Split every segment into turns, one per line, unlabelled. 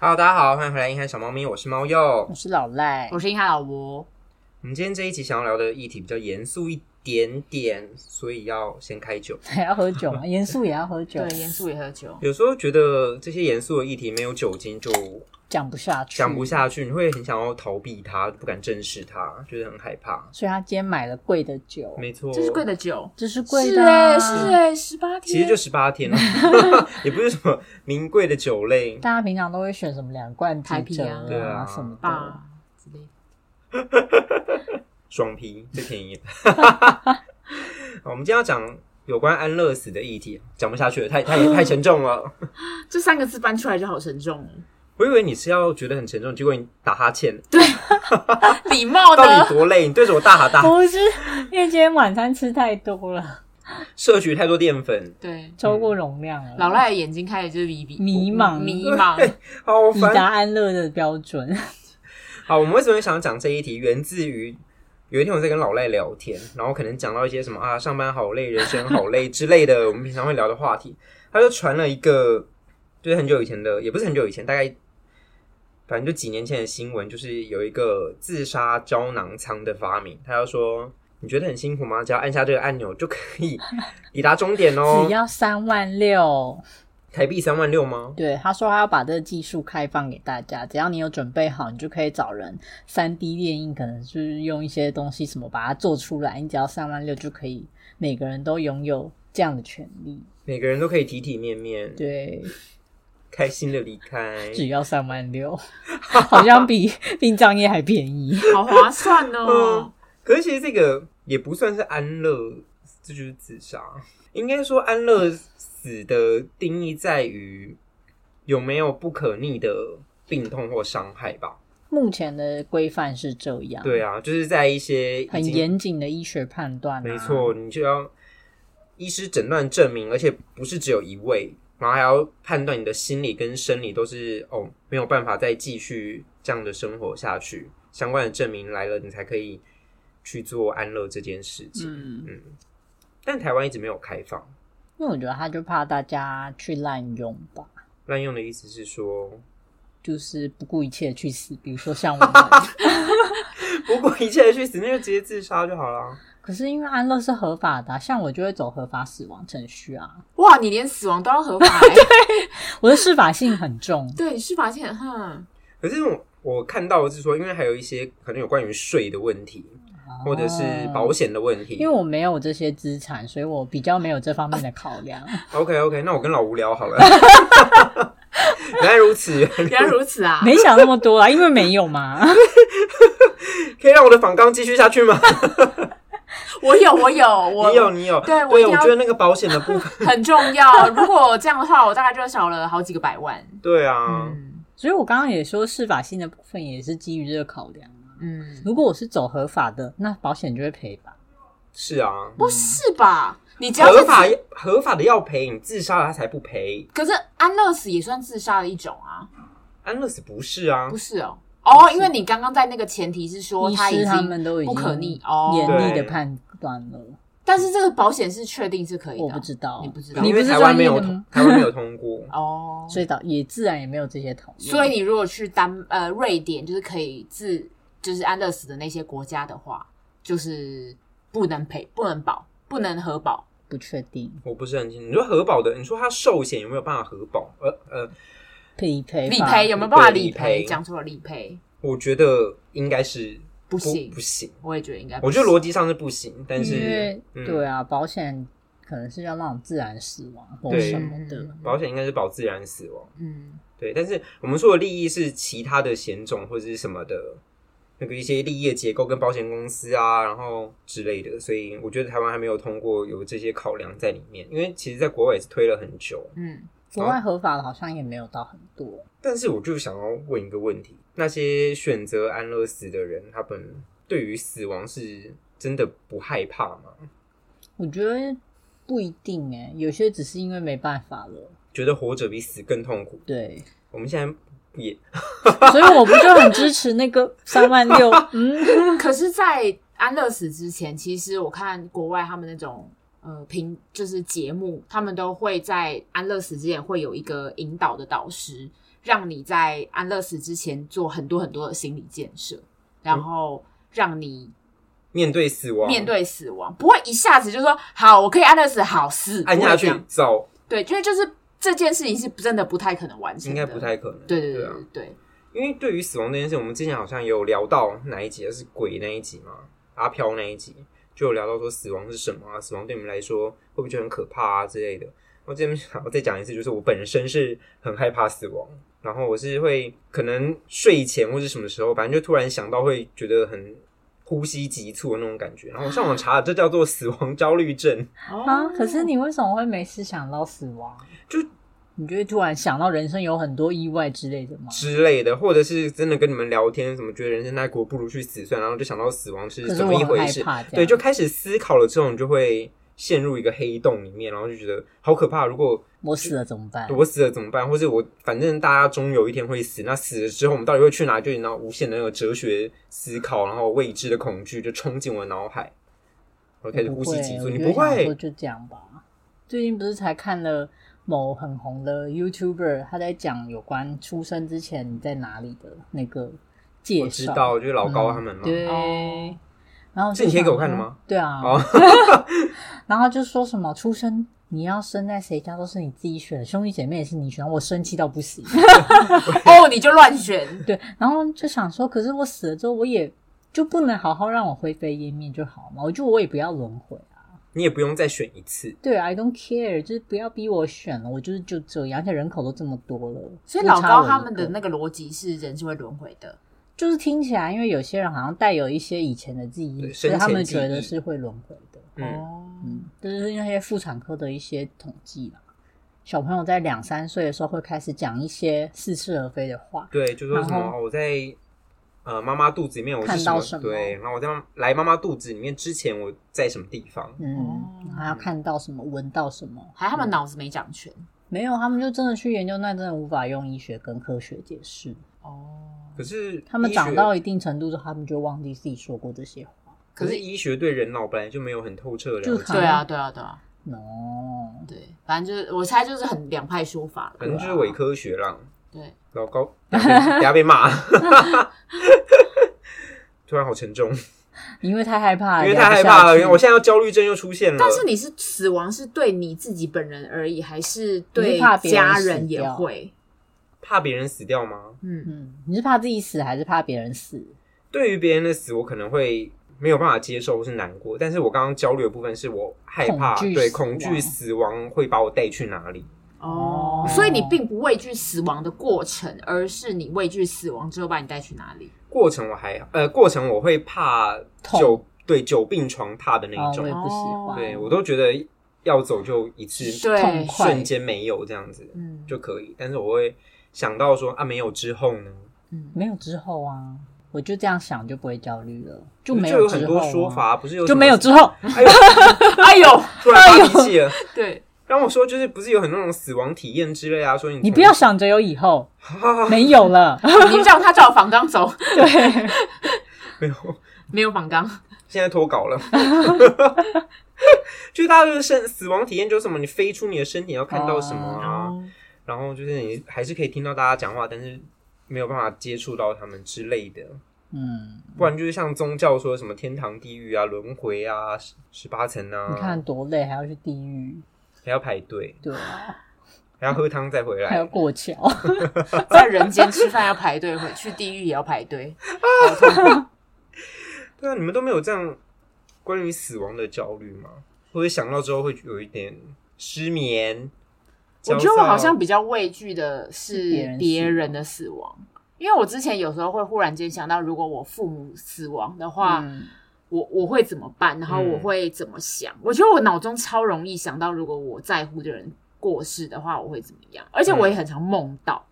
Hello，大家好，欢迎回来《硬汉小猫咪》，我是猫鼬
我。是老赖
我，是英汉老吴，
我们今天这一集想要聊的议题比较严肃一点点，所以要先开酒。
还 要喝 酒吗？严肃也要喝酒
对，，严肃也喝酒，
有时候觉得这些严肃的议题没有酒精就
讲不下去，
讲不。下去，你会很想要逃避它，不敢正视它，觉得很害怕。
所以他今天买了贵的酒，
没错，
这是贵的酒，
这是贵
是
的
哎、
啊，
是哎、十八天，
其实就十 八天了，也不是什么名贵的酒类。
大家平常都会选什么两罐
台
几
啤
折
啊对
啊
什么的，
吧之类的。
双批最 便宜。好我们今天要讲有关安乐死的议题，讲不下去了，太太太沉重了。
这三个字搬出来就好沉重哦。
我以为你是要觉得很沉重，结果你打哈 欠，
礼貌
到底
呢？
多累？你对着我大喊大喊，
不是因为今天晚餐吃太多
嗯
了，
摄取太多淀粉，
对，
超过容量了。
老赖的眼睛开始就是迷
迷茫
迷茫。
好
以
烦。
达安乐的标准，
好，我们为什么想讲这一题？源自于有一天我在跟老赖聊天，然后可能讲到一些什么啊，上班好累，人生好累之类的，我们平常会聊的话题，他就传了一个，就是很久以前的，也不是很久以前，大概。反正就几年前的新闻，就是有一个自杀胶囊舱的发明，他就说：“你觉得很辛苦吗？只要按下这个按钮就可以抵达终点哦。
只要三万六。
台币三万六吗？
对，他说他要把这个技术开放给大家，只要你有准备好，你就可以找人三 D 列印，可能就是用一些东西什么把它做出来，你只要三万六就可以，每个人都拥有这样的权利。
每个人都可以体体面面，
对，
开心的离开。
只要三万六， 好 像比殡葬业还便宜。
好划算哦！
可是其实这个也不算是安乐，这就是自杀。应该说安乐死的定义在于有没有不可逆的病痛或伤害吧？
目前的规范是这样，
对，啊，就是在一些已经
嗯很，严谨的医学判断、啊，
没错，，你就要医师诊断证明，而且不是只有一位。然后还要判断你的心理跟生理都是哦，没有办法再继续这样的生活下去，相关的证明来了，你才可以去做安乐这件事情。
嗯，
嗯，但台湾一直没有开 放。
因为我觉得他就怕大家去滥用吧。
滥用的意思是说，
就是不顾一切去死，比如说像我们，
不顾一切的去死，那就直接自杀就好了。
可是因为安乐是合法的啊、像我就会走合法死亡程序啊。
哇，你连死亡都要合法、欸，，
我的适法性很重
对，是发现，哼，
可是我我看到的是说，因为还有一些可能有关于税的问题，或者是保
哦
险的问题。
因为我没有这些资产，所以我比较没有这方面的考 量。
OK OK，那我跟老吴聊好了。 原来如 此，
原来如此 啊！
没想那么多啊，因为没有嘛。
可以让我的访纲继续下去吗？
我有，我有，我
你有你有，
对我
对，啊
一定
我
要
觉得那个保险的部分，
很重要。如果这样的话，我大概就少了好几个百万。
对啊，
嗯
所以我刚刚也说适法性的部分也是基于这个考量啊。
嗯，
如果我是走合法的，那保险就会赔吧。
是啊，
不是啊吧？你只要是
合法合法的要赔，你自杀了他才不赔，
可是安乐死也算自杀的一种啊，
安乐死不是啊
不，是哦？哦，因为你刚刚在那个前提是说
医
他已
师他
经，
们都已经
不可逆哦
严厉
对
的判断了，
但是这个保险是确定是可以的，
我不知道，
啊你不知道
你
因
不
为
是
台湾
专
没
业
有
的
通
吗？，
台湾没有通过。
哦。
所以导也自然也没有这些
嗯
讨论。
所以你如果去丹呃瑞典，就是可以自就是安乐死的那些国家的话，就是不能赔、不能保、不能核保。
不确定
我不是很清楚。你说核保的，你说他寿险有没有办法核保？呃呃，
理赔
理
吧
赔有没有办法理
对理
赔？
赔
讲错了，理赔
我觉得应该是
不
不
行
不行。
我也觉得应该不
我
行。
觉得逻辑上是不行，但
因
是
为、
嗯、
对啊，保险可能是要那种自然死亡或
对
什么的。
保险应该是保自然死亡。
嗯，
对，但是我们说的利益是其他的险种或者是什么的，那个一些利益的结构跟保险公司啊，然后之类的，所以我觉得台湾还没有通过有这些考量在里面，因为其实在国外也是推了很久。
嗯，
国外合法的好像也没有到很多，
但是我就想要问一个问题：那些选择安乐死的人，他们对于死亡是真的不害怕吗？
我觉得不一定哎、有些只是因为没办法了。
觉得活着比死更痛苦？
对，
我们现在也
所以我不就很支持那个三万 六？嗯，
可是，在安乐死之前，其实我看国外他们那种呃评就是节目，他们都会在安乐死之前会有一个引导的导师，让你在安乐死之前做很多很多的心理建
嗯
设，然后让你
面对死亡，
面对死亡，不会一下子就说好，我可以安乐死，好死
按下
不会这
去，
样
早
对，因为就是这件事情是真的不太可能完成
应
的，
该不太可能。
对对对
啊，
对对，
因为对于死亡这件事，我们之前好像有聊到哪一集，是鬼那一集嘛，阿飘那一集就有聊到说死亡是什么啊，死亡对你们来说会不会觉得很可怕啊之类的。我这边想我再讲一次，就是我本身是很害怕死亡，然后我是会可能睡前或是什么时候，反正就突然想到会觉得很呼吸急促的那种感觉。然后我上网查了，这叫做死亡焦虑症。
啊！可是你为什么会没事想到死亡？
就
你就会突然想到人生有很多意外之类的吗？
之类 的，或者是真的跟你们聊天，什么觉得人生太苦，不如去死算，然后就想到死亡是
可是
怎么
我
一
很
回
害
事，
怕这样。
对，就开始思考了之后，你就会陷入一个黑洞里面，然后就觉得好可怕。如果
我死了怎么办？
我死了怎么办？或者我反正大家终有一天会死，那死了之后我们到底会去哪？就你知道无限的那个哲学思考，然后未知的恐惧就冲进我的脑海，我开始呼吸急促。
我
你
就
不
想说
会？
就这样吧。最近不是才看了某很红的 YouTuber，他在讲有关出生之前你在哪里的那个介绍。
我知道，就是老高他们嘛。
啊嗯对。
哦
然后就是
你贴给我
想
看的
说
吗？
对啊。
哦
然后就说什么出生你要生在谁家都是你自己选，兄弟姐妹也是你选。我生气到不行。
哦，你就乱选，
对，然后就想说，可是我死了之后，我也就不能好好让我灰飞烟灭就好嘛？我就我也不要轮回啊。
你也不用再选一次。
对，I don't care，就是不要逼我选了，我就是就这样，而且人口都这么多了，
所以
就
老
差我
高
一
他们的
个
那个逻辑是人是会轮回的，
就是听起来，因为有些人好像带有一些以前的记忆，
对
所以
生
他
前
们
记
觉得
忆
是会轮回的。
嗯，
哦，
嗯，就是那些妇产科的一些统计啦。小朋友在两三岁的时候会开始讲一些似是而非的话，
对，就说什么
然后
哦我在呃妈妈肚子里面我是
看
什
到
么
什么
对，然后我在妈来妈妈肚子里面之前我在什么地方？
嗯，
哦
还要看到什么，闻到什么，
还他们脑子没长全
没有，他们就真的去研究，那真的无法用医学跟科学解释。
哦，
可是
他们
医学
长到一定程度之后，他们就忘记自己说过这些话。
可是医学对人脑本来就没有很透彻的
就
了解，
是
对啊，对啊，对啊，
no，
对，反正就是我猜就是很两派说法了，
可能就是
啊
伪科学啦。
对，
老高， 等下被等下被骂， 突然好沉 重，
因为太害怕了，
因为
聊
太
不
害
下
怕了，
去
因为我现在要焦虑症又出现了。
但是你是死亡是对你自己本人而已，还是对
你是怕别人
家
死
人也
掉
会？
怕别人死掉吗？
嗯，
嗯，你是怕自己死还是怕别人死？
对于别人的死，我可能会。没有办法接受是难过，但是我刚刚焦虑的部分是我害怕，
恐惧
对
死
恐惧
亡
死亡会把我带去哪里？
哦
哦，
所以你并不畏惧死亡的过程，而是你畏惧死亡之后把你带去哪里？
过程我还呃，过程我会怕
痛
久对久病床榻的那
哦
一，
我也
种，
不喜
哦
欢。
对我都觉得要走就一次，
对
痛，快
瞬间没有这样子
嗯，
就可以。但是我会想到说啊，没有之后呢，
嗯，
没有之后啊，我就这样想就不会焦虑了，就
就
没
有
之后、啊
很多说，法，啊不是有
就
什么
没有之后。
哎呦，
哎呦，
突然发脾气了。
对，
然后我说，就是不是有很多那种死亡体验之类啊？说你
你
从
不要想着有 以后，没有了。
你叫他照仿纲走，
对，
没有，
没有仿纲，
现在脱稿 了。就是大家就是生死亡体验，就是什么你飞出你的身体要看到什么啊？
哦
然后就是你还是可以听到大家讲话，但是没有办法接触到他们之类的。
嗯，
不然就是像宗教说什么天堂、地狱啊、轮回啊、十十八层啊，
你看多累，还要去地狱，
还要排队，
对啊，
还要喝汤再回
还要
来。
过桥。
在人间吃饭要排队，回去地狱也要排队。
对啊，你们都没有这样关于死亡的焦虑吗？或者想到之后会有一点失眠？
我觉
焦
得
躁
我好像比较畏惧的是
是别
别
人死亡
人的死亡，因为我之前有时候会忽然间想到，如果我父母死亡的话，
嗯
我我会怎么办，然后
嗯
我会怎么想？我觉得我脑中超容易想到，如果我在乎的人过世的话，我会怎么样？而且我也很常梦到，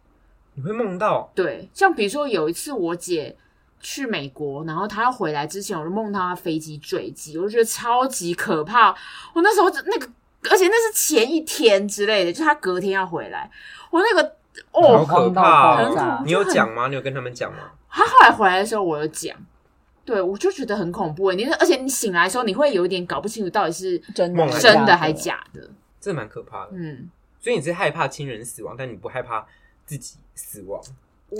你会梦到
对，像比如说有一次我姐去美国，然后她要回来之前，我就梦到她飞机坠机，我就觉得超级可怕。我那时候那个，而且那是前一天之类的，就她隔天要回来，我那个
好
哦，
可怕
很恐
哦！
怖
你有讲吗？你有跟他们讲吗？
她后来回来的时候我有讲。对，我就觉得很恐怖欸。你而且你醒来的时候，你会有一点搞不清楚到底是
真
梦
的
还
真的还？假的。
这蛮可怕的。
嗯，
所以你是害怕亲人死亡，但你不害怕自己死亡。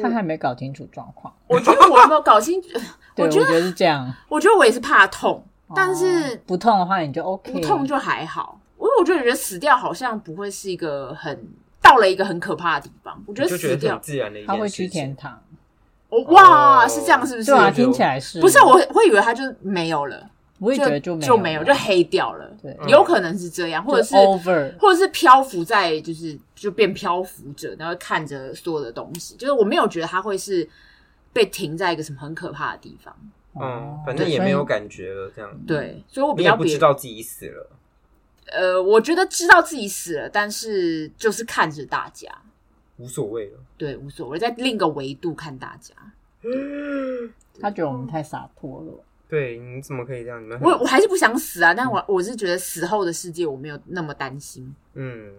他还没搞清楚状况。
我觉得我有没有搞清 楚？
对，我
觉
觉
得
得是这样。
我觉得我也是怕痛，但是
哦不痛的话你就
嗯
OK，
不痛就还好，因为我觉得人死掉好像不会是一个很到了一个很可怕的地方。我觉
你
得
就
死
觉得
掉
很，自然的一
他
件
会去
事
天
情。
堂。
我哇，
哦
是这样是不是
对？啊，
我觉得
听起来是
不是，我我以为他就是没有了，
我也觉得
就
没
就
没
有就黑掉了，
对，
嗯
有可能是这样，或者是
就 over
或者是漂浮在，就是就变漂浮者，然后看着所有的东西。就是我没有觉得他会是被停在一个什么很可怕的地方，
嗯
哦，
反正也没有感觉了，这样
对，所以我比
你也
较
不
别
知道自己死了。
呃，我觉得知道自己死了，但是就是看着大家，
无所谓了，
对，无所谓，在另一个维度看大家。
他觉得我们太洒脱了。
对，你怎么可以这样？你们很
我我还是不想死啊，
嗯
但我我是觉得死后的世界我没有那么担心。
嗯，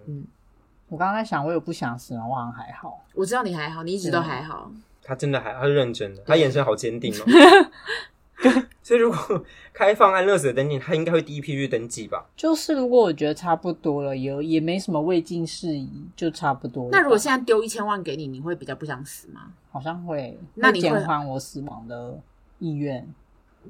我刚刚在想，我有不想死吗？我好像还好。
我知道你还好，你一直都
啊
还好。
他真的还他是认真的，他眼神好坚定哦。所以如果 开放安乐死的登记，他应该会第一批去登记吧？
就是如果我觉得差不多了，也也没什么未尽事宜，就差不多了吧。
那如果现在丢一千万给你，你会比较不想死吗？
好像会，
那你会
减缓我死亡的意愿。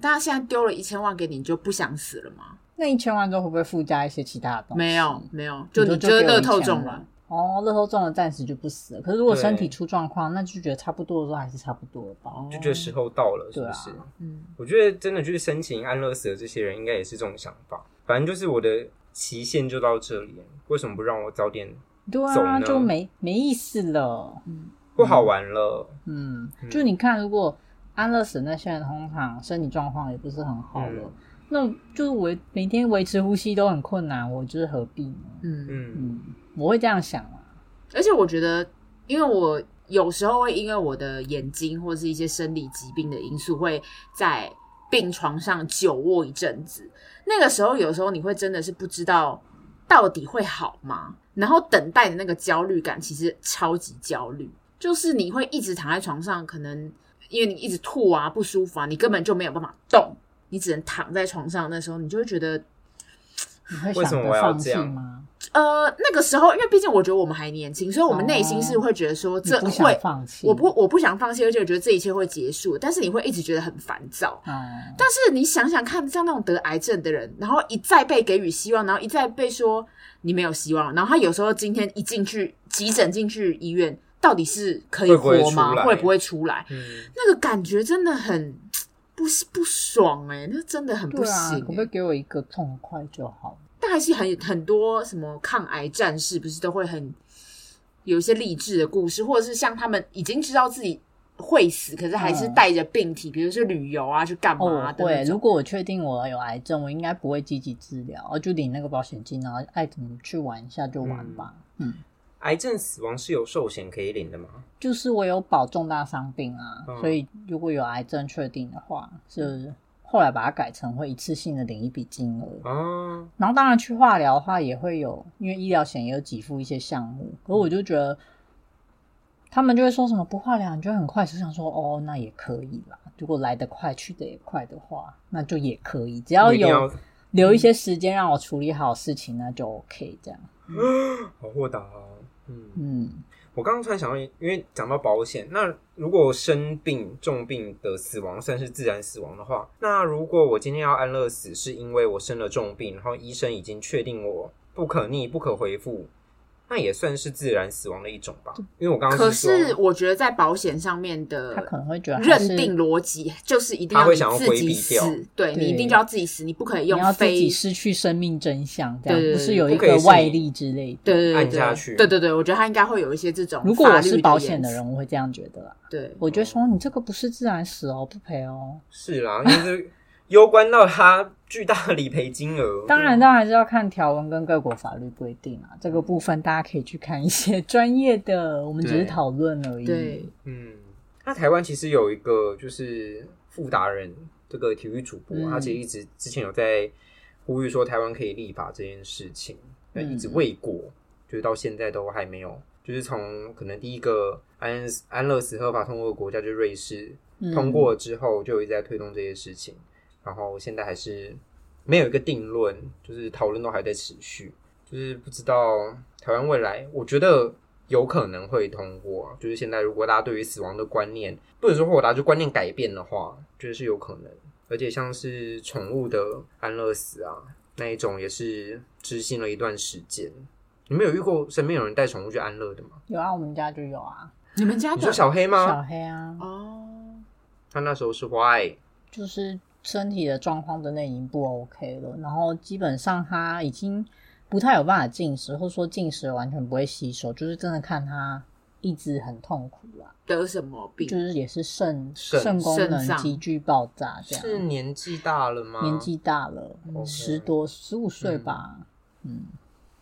那现在丢了一千万给你，你就不想死了吗？
那一千万之后会不会附加一些其他的东西？
没有，没有，
哦你
就
就
你就是
给我
乐透
1000
中
万
了。
哦，乐透中了暂时就不死了。可是如果
对
身体出状况，那就觉得差不多的时候还是差不多了吧。
就觉得时候到了，是不是？
对
嗯，
我觉得真的去申请安乐死的这些人，应该也是这种想法。反正就是我的期限就到这里，为什么不让我早点？
对
走
啊，
呢
就没没意思了。
不好玩了，
嗯，就你看，如果安乐死那些人通常身体状况也不是很好了，
嗯
那就是维每天维持呼吸都很困难，我就是何必呢？
嗯，
嗯，
嗯，我会这样想啊。
而且我觉得，因为我有时候会因为我的眼睛或是一些生理疾病的因素，会在病床上久卧一阵子。那个时候，有时候你会真的是不知道到底会好吗？然后等待的那个焦虑感，其实超级焦虑，就是你会一直躺在床上，可能因为你一直吐啊、不舒服啊，你根本就没有办法动，你只能躺在床上。那时候你就会觉得
你会
为什
想
么
着
我要
放
这
弃
样
吗？
呃，那个时候，因为毕竟我觉得我们还年轻，所以我们内心是会觉得说，
哦你
这
不想
会，
放弃，哦
我不我不想放弃，而且我觉得这一切会结束，但是你会一直觉得很烦躁。
啊，
但是你想想看，像那种得癌症的人，然后一再被给予希望，然后一再被说你没有希望，然后他有时候今天一进去急诊进去医院，到底是可以
会不会
活吗？
出来
会不会出来？
嗯，
那个感觉真的很不是不爽哎、那真的很不
对啊，
行
可不
欸、
可以给我一个痛快就好？
但还是很很多什么抗癌战士，不是都会很有一些励志的故事，或者是像他们已经知道自己会死，可是还是
嗯
带着病体，比如说旅游啊，去干
哦，
嘛
我
的那
会。如
种。
果我确定我有癌症，我应该不会积极治疗，哦，就领那个保险金，然后爱怎么去玩一下就玩吧。嗯，
癌症死亡是有寿险可以领的吗？
就是我有保重大伤病啊，
嗯
所以如果有癌症确定的话，是后来把它改成会一次性的领一笔金额。
啊，
然后当然去化疗的话也会有，因为医疗险也有给付一些项目，可我就觉得。他们就会说什么不化疗，你就会很快就想说哦，那也可以啦。如果来得快，去得也快的话，那就也可以。只要
我一定
有
要
留一些时间让我处理好事情，那就 OK。这样，
好豁达哦，嗯。
嗯，
我刚刚突然想到，因为讲到保险，那如果生病重病的死亡算是自然死亡的话，那如果我今天要安乐死，是因为我生了重病，然后医生已经确定我不可逆、不可恢复，那也算是自然死亡的一种吧？因为我刚刚
可
是
是
说，
我觉得在保险上面的
他可能会觉得还
呃认
是
定逻辑就是一定
他会想要
你自
规
己
避掉
死，对你
对
一定就要自己死，你不可以
你
用
要自己
非
失去生命真相，这样
对对对
不是有
不
一
可以
个
是你
外力之类的。
对对对
按
对
下去
对对对，我觉得他应该会有一些这种。
如果我是保险的，人，我会这样觉得啦。
对，
我就说你这个不是自然死哦，不赔哦。
是啦，因为这攸关到他巨大的理赔金额。
当然，当然还是要看条文跟各国法律规定啊。这个部分大家可以去看一些专业的，我们只
对
是讨论而已。
对，
嗯，那台湾其实有一个就是傅达人这个体育主播，
嗯
他其实一直之前有在呼吁说台湾可以立法这件事情，但
嗯
一直未果，就是到现在都还没有。就是从可能第一个安安乐死合法通过的国家就是瑞士，
嗯
通过之后就一直在推动这些事情，然后现在还是没有一个定论，就是讨论都还在持续，就是不知道台湾未来，我觉得有可能会通过啊、就是现在如果大家对于死亡的观念，不能说豁达，就观念改变的话，觉得是有可能。而且像是宠物的安乐死啊，那一种也是执行了一段时间。你们有遇过身边有人带宠物去安乐的吗？
有啊，我们家就有啊，
你们家
你
的
说小黑
小
吗？
黑啊，
哦，
他那时候是 why？
就是身体的状况真的已经不 OK 了，然后基本上它已经不太有办法进食，或者说进食完全不会吸收，就是真的看它一直很痛苦啦、
得什么病？
就是也是肾
肾
肾功
肾
能
脏
急剧爆炸这
是
样，
年纪大了吗？
年纪大了嗯
OK
十多十五岁吧，嗯，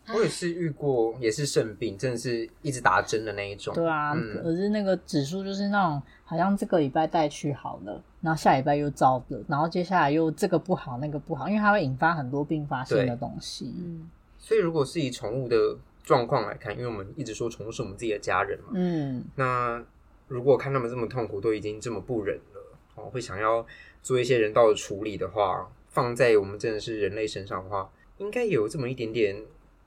我也是遇过，也是肾病，真的是一直打针的那一种。
对啊，
嗯，
可是那个指数就是那种，好像这个礼拜带去好了，然后下礼拜又糟了，然后接下来又这个不好那个不好，因为它会引发很多并发性的
对
东西。
嗯，
所以如果是以宠物的状况来看，因为我们一直说宠物是我们自己的家人嘛，
嗯，
那如果看他们这么痛苦，都已经这么不忍了，哦，会想要做一些人道的处理的话，放在我们真的是人类身上的话，应该有这么一点点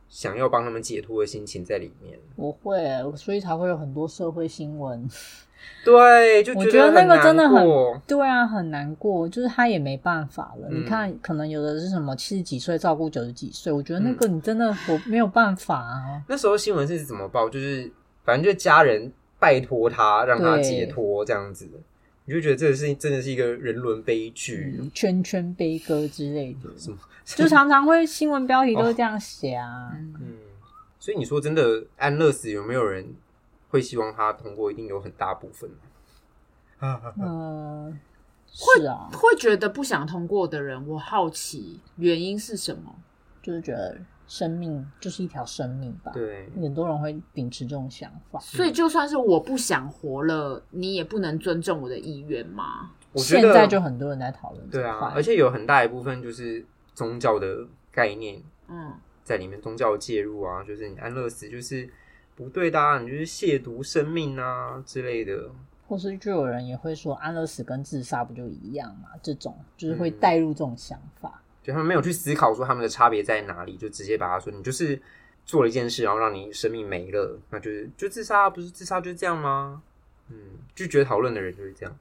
想要帮他们解脱的心情在里面。
我会，所以才会有很多社会新闻。
对，就
我
觉
得那个真的
很难
很
过，
对啊，很难过，就是他也没办法了。
嗯
你看，可能有的是什么七十几岁照顾九十几岁，我觉得那个你真的我没有办法啊。
那时候新闻是怎么报？就是反正就是家人拜托他，让他
对
解脱这样子，你就觉得这个事情真的是一个人伦悲剧。
嗯圈圈悲歌之类的，
什么
就常常会新闻标题都会这样写啊。
嗯，所以你说真的，安乐死有没有人会希望他通过？一定有很大部 分。啊，
嗯，是啊，
会觉得不想通过的人，我好奇原因是什么？
就是觉得生命就是一条生命吧。
对，
很多人会秉持这种想法。
所以就算是我不想活了，你也不能尊重我的意愿吗？
我觉
现
得
在就很多人在讨论这
对
块，
啊，而且有很大一部分就是宗教的概念
嗯，
在里面，宗教介入啊，就是你安乐死就是不对的、啊，你就是亵渎生命啊之类的。
或是就有人也会说安乐死跟自杀不就一样嘛？这种就是会
嗯
带入这种想法。
就他们没有去思考说他们的差别在哪里，就直接把它说你就是做了一件事，然后让你生命没了，那就是就自杀啊，不是自杀就是这样吗？嗯，拒绝讨论的人就是这样。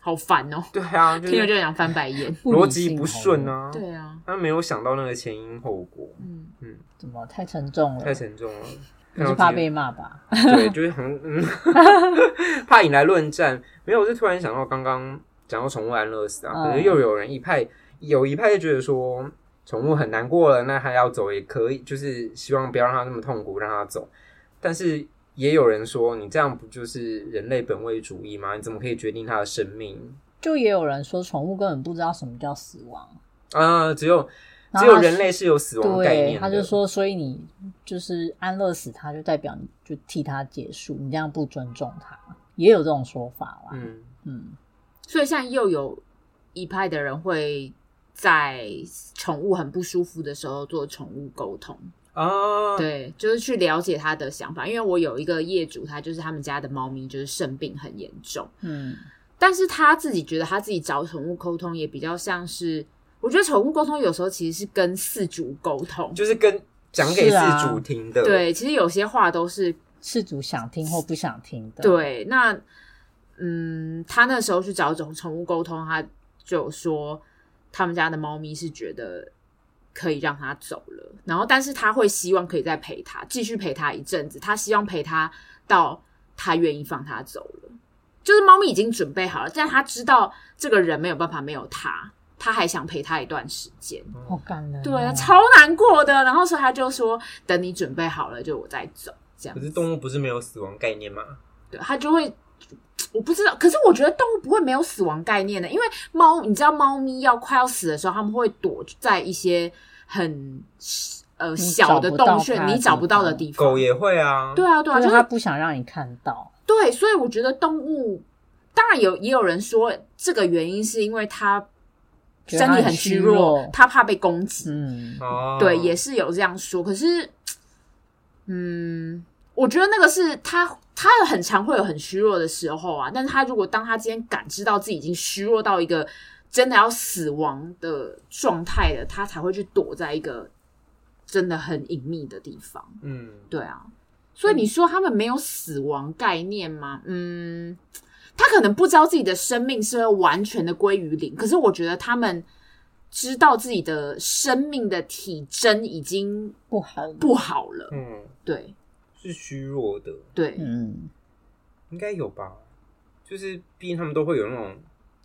好烦哦，
对啊，就
听了就是想翻白眼。
不
逻
理
辑
性
不
讨
顺
论，
啊。
对啊，
他没有想到那个前因后果，
嗯，
怎么太沉重了？
太沉重 了。看
你
到
是怕
自己
被骂吧？
对，就是很、嗯、 怕引来论战。没有，我是突然想到刚刚讲到宠物安乐死啊，
嗯
可是又有人一派有一派就觉得说宠物很难过了，那它要走也可以，就是希望不要让它那么痛苦，让它走。但是也有人说，你这样不就是人类本位主义吗？你怎么可以决定它的生命？
就也有人说宠物根本不知道什么叫死亡，
啊、只有
然
只有
后他
人类是有死亡概念
对，
的。
他就说，所以你就是安乐死它，就代表你就替它结束，你这样不尊重它，也有这种说法啦。
嗯，
嗯
所以现在又有一派的人会在宠物很不舒服的时候做宠物沟通，
啊，
对，就是去了解他的想法。因为我有一个业主，他就是他们家的猫咪就是肾病很严重，
嗯，
但是他自己觉得他自己找宠物沟通也比较像是，我觉得宠物沟通有时候其实是跟饲主沟通，
就是跟讲给
是啊
事主听的。
对，其实有些话都是
事主想听或不想听的，，
对，那嗯，他那时候去找宠宠物沟通，他就有说他们家的猫咪是觉得可以让它走了，然后但是他会希望可以再陪它，继续陪它一阵子，他希望陪它到他愿意放它走了。就是猫咪已经准备好了，但他知道这个人没有办法没有他，他还想陪他一段时间。
好感人哦、
对啊，超难过的。然后所以他就说，等你准备好了，就我再走。这样
可，是动物不是没有死亡概念吗？
对，它就会。我不知道，可是我觉得动物不会没有死亡概念的，因为猫，你知道猫咪要快要死的时候，它们会躲在一些很呃小的洞穴，
你
你
找
找
不
不
到
到
它的
的
地
地
狗
方。
也会啊，
对啊，对啊，
就
就是
他
是
不想让你看到，
对，所以我觉得动物，当然有也有人说这个原因是因为它
觉得
身
它
体
很
很
虚
虚弱
弱，
它怕被攻击，
嗯，
哦，
对，也是有这样说。可是，嗯，我觉得那个是他，他很常会有很虚弱的时候啊。但是他如果当他今天感知到自己已经虚弱到一个真的要死亡的状态了，他才会去躲在一个真的很隐秘的地方。
嗯，
对啊，所以你说他们没有死亡概念吗？嗯，他可能不知道自己的生命是会完全的归于零，可是我觉得他们知道自己的生命的体征已经
不好。
不好了。
嗯，
对
是虚弱的，
对，
嗯，
应该有吧？就是毕竟他们都会有那种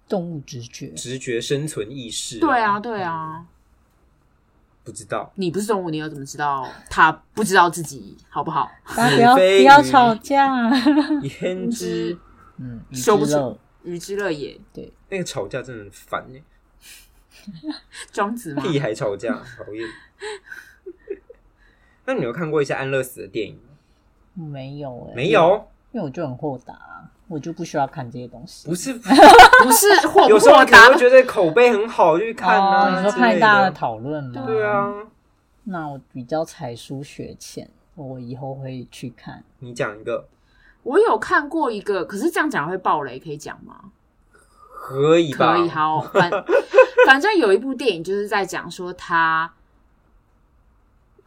动物直觉，
直觉生存意识、
对啊，对啊。
不 知道，
你不是动物，你又怎么知道他不知道自己好不好？
大家不要
子非
不
鱼
要 吵架。
焉知
嗯，鱼
收不
之
住
肉
鱼之乐也，
那个吵架真的很烦 耶，
庄子吗？
屁孩吵架，讨 厌。那你有看过一些安乐死的电影吗？
没有哎、
没，有，
因为我就很豁达啊，我就不需要看这些东西。
不 是。
不是豁不
有时候
豁
你可能
达
会觉得口碑很好，就去看
哦，
啊。
你说
之
看
类
大家的
的，
讨论吗？
对。啊。
嗯
那我比较才疏学浅，我以后会去看。
你讲一个
我有看过一个，可是这样讲会爆雷，可以讲吗？
可以吧？
可以，好，反反正有一部电影就是在讲说他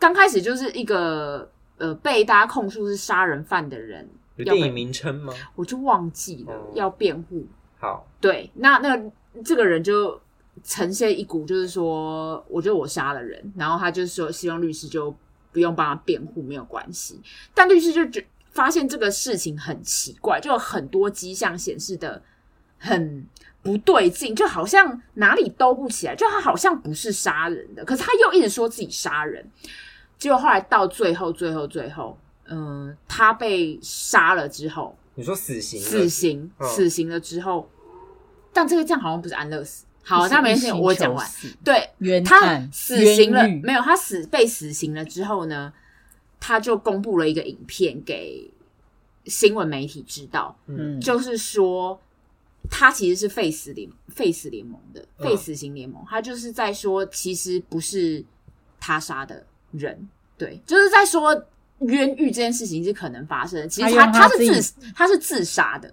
刚开始就是一个呃被大家控诉是杀人犯的人，
有电影名称吗？
我就忘记了
哦
要辩护。
好，
对，那那个这个人就呈现一股就是说，我觉得我杀了人，然后他就说希望律师就不用帮他辩护，没有关系。但律师就觉发现这个事情很奇怪，就有很多迹象显示的很不对劲，就好像哪里兜不起来，就他好像不是杀人的，可是他又一直说自己杀人。结果后来到最后，最后，最后，嗯、他被杀了之后，
你说死刑了？
死刑，
嗯
死刑了之后，但这个这样好像不是安乐死。好，那没事，
就是
我
一心
讲
求
完。
死
对
冤
他
案
死刑了，
冤狱
没有他死被死刑了之后呢，他就公布了一个影片给新闻媒体知道，
嗯，
就是说他其实是废死联废死联盟的
嗯
废死刑联盟，他就是在说其实不是他杀的人，对，就是在说冤狱这件事情是可能发生的，其实他
他用
他
他
是
自己
自他是自杀的，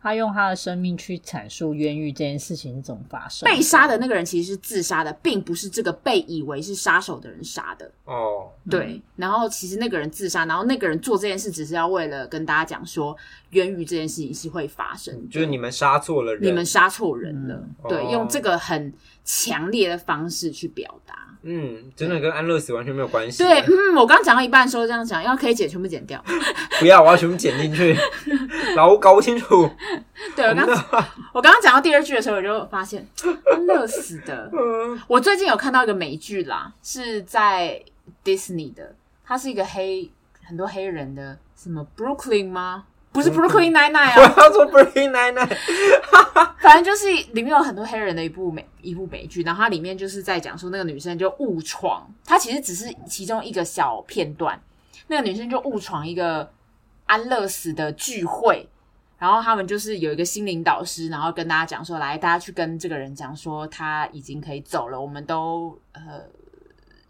他用他的生命去阐述冤狱这件事情是怎么发生。嗯
被杀的那个人其实是自杀的，并不是这个被以为是杀手的人杀的。
哦，
嗯
对，然后其实那个人自杀，然后那个人做这件事只是要为了跟大家讲说，冤狱这件事情是会发生的，
就是你们杀错了人，
你们杀错人了。
嗯
对，
哦
用这个很强烈的方式去表达。
嗯，真的跟安乐死完全没有关系。啊
对，嗯，我刚讲到一半的时候这样讲，要可以剪全部剪掉。
不要，我要全部剪 进去，然后我搞不清楚。
对 我刚我刚刚讲到第二句的时候，我就发现啊乐死的。
嗯，
我最近有看到一个美剧啦，是在 Disney 的，它是一个黑很多黑人的什么 Brooklyn 吗？不是 Brooklyn Nine Nine
我
啊，
要做 b r e a 奶奶。
反正就是里面有很多黑人的一部美一部美剧，然后它里面就是在讲说那个女生就误闯，她其实只是其中一个小片段，那个女生就误闯一个安乐死的聚会，然后他们就是有一个心灵导师，然后跟大家讲说，来，大家去跟这个人讲说他已经可以走了，我们都呃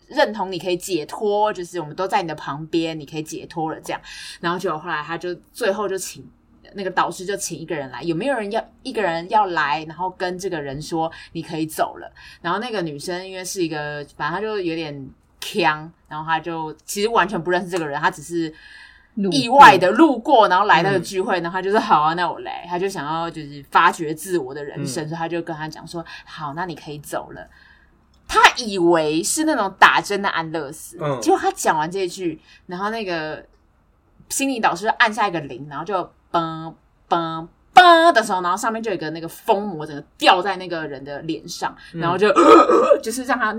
认同你可以解脱，就是我们都在你的旁边，你可以解脱了这样。然后结果后来他就最后就请那个导师就请一个人来，有没有人要一个人要来，然后跟这个人说你可以走了。然后那个女生因为是一个，反正她就有点腔，然后她就其实完全不认识这个人，她只是。
路
意外的路过，然后来
嗯
那个聚会，然后他就说好啊，那我来。他就想要就是发掘自我的人
嗯
生，所以他就跟他讲说，好，那你可以走了。他以为是那种打针的安乐死，
嗯
结果他讲完这一句，然后那个心理导师就按下一个铃，然后就嘣嘣嘣的时候，然后上面就有一个那个封膜整个掉在那个人的脸上，
嗯
然后就、 就是让他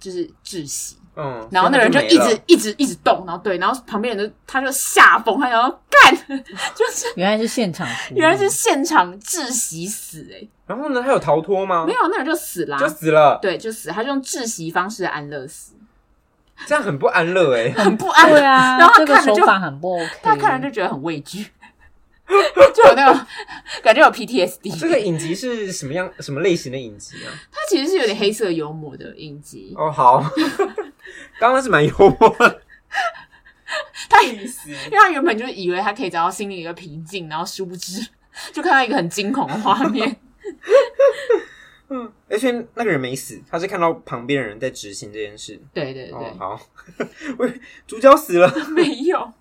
就是窒息。
嗯，
然后那个人就
所以
一
他没
直
了
一直一直动，然后对，然后旁边人就他就吓疯，他想要
嗯
干，就是
原来是现场 处理，
原来是现场窒息死哎、
然后呢？他有逃脱吗？
没，有啊那人就死啦、
嗯就死了。
对，就死，他就用窒息方式安乐死，
这样很不安乐哎。
很不安
对啊，
然后他
这个
看着
手
就
法很不 OK，
他看人就觉得很畏惧， 就有那种 感觉有 PTSD。
这个影集是什么样、什么类型的影集啊？
他其实是有点黑色幽默的影集，
哦，好， 刚刚是蛮幽默的。
他因为他原本就以为他可以找到心里一个平静，然后殊不知 就看到一个很惊恐的画
哦
面。
嗯而且那个人没死，他是看到旁边的人在执行这件事。
对对对，
哦，好，喂，主角死了，
没有。